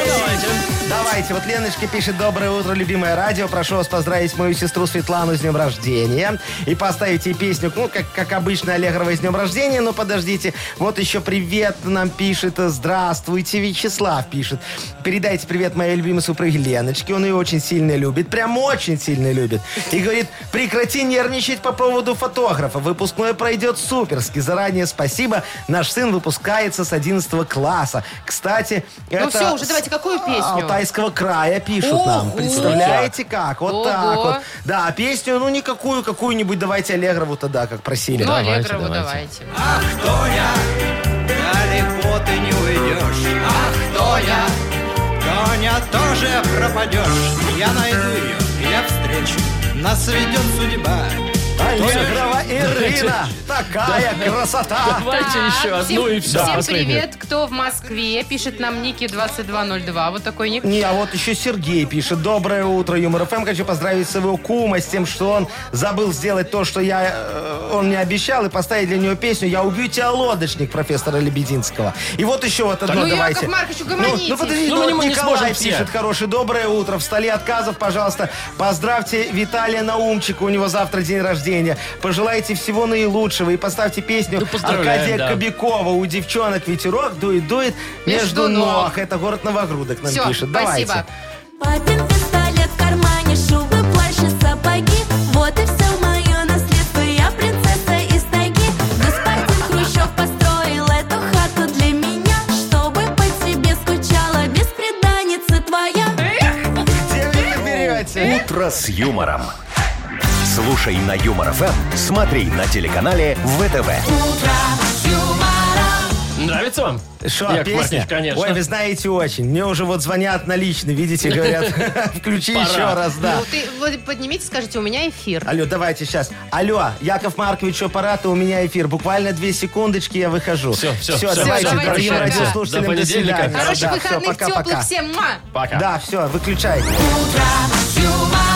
давайте.
Давайте, вот Леночка пишет «Доброе утро, любимое радио. Прошу вас поздравить мою сестру Светлану с днем рождения и поставить ей песню, ну, как, как обычно, Аллегрова с днем рождения, но подождите. Вот еще привет нам пишет, э, здравствуйте, Вячеслав пишет. Передайте привет моей любимой супруге Леночке, он ее очень сильно любит, прям очень сильно любит. И говорит, прекрати нервничать по поводу фотографа, выпускной пройдет суперски. Заранее спасибо, наш сын выпускается с 11 класса. Кстати,
Ну
это
все, уже
с-
давайте, какую песню?
Алтайского края пишут нам.
Ого!
Представляете как? Вот
Ого!
так вот. Да, а песню, ну никакую, какую-нибудь давайте Аллегрову тогда, как просили.
Ну,
Давайте,
Аллегрову
давайте.
давайте.
Далеко ты не уйдешь. Ах, кто я? Тоня тоже пропадешь. Я найду ее, я встречу. Нас ведет судьба.
а
Аллегрова Ирина, такая красота.
Давайте
Так,
еще одну
А, всем-
и все.
Всем
последнюю.
привет, кто в Москве, пишет нам Ники 2202. Вот такой ник.
Не, а вот еще Сергей пишет. Доброе утро, Юмор ФМ. Хочу поздравить своего кума с тем, что он забыл сделать то, что я, э, он мне обещал, и поставить для него песню «Я убью тебя, лодочник» профессора Лебединского. И вот еще вот одно
ну, Яков
давайте.
Маркович,
ну,
угомонитесь.
ну, подожди,
Ну,
ну,
мы не-
вот
мы не
Николай
сможем все.
пишет, хороший, доброе утро. В столе отказов, пожалуйста, поздравьте Виталия Наумчика, у него завтра день рождения. Пожелайте всего наилучшего и поставьте песню
Ну, поздравляем,
Аркадия
да.
Кобякова «У девчонок ветерок дует-дует между,
Между ног».
ног». Это город Новогрудок нам
Все,
пишет. Давайте.
спасибо.
Папин пистолет в кармане, шубы, плащ и сапоги. Вот и все мое наследство, я принцесса из тайги. Господин Хрущев построил эту хату для меня, чтобы по тебе скучала бесприданница твоя.
Где вы это берете?
Утро с юмором. Слушай на Юмор ФМ, смотри на телеканале ВТВ.
Нравится вам?
Что,
Яков
песня?
Маркович, конечно.
Ой, вы знаете очень. Мне уже вот звонят на личный, видите, говорят, включи
Пора.
еще раз, да.
Ну, ты вот поднимите, скажите, у меня эфир.
Алло, давайте сейчас. Алло, Яков Маркович, что пора, то у меня эфир. Буквально две секундочки, я выхожу.
Всё, всё,
Все,
всё,
давайте,
давайте,
дорогим
пока.
радиослушателям,
До
до
понедельника.
свидания.
Хороших
Да, всё,
выходных,
пока,
теплых
пока.
всем. Муа!
Пока.
Да, все, выключай.
Утро с юмором.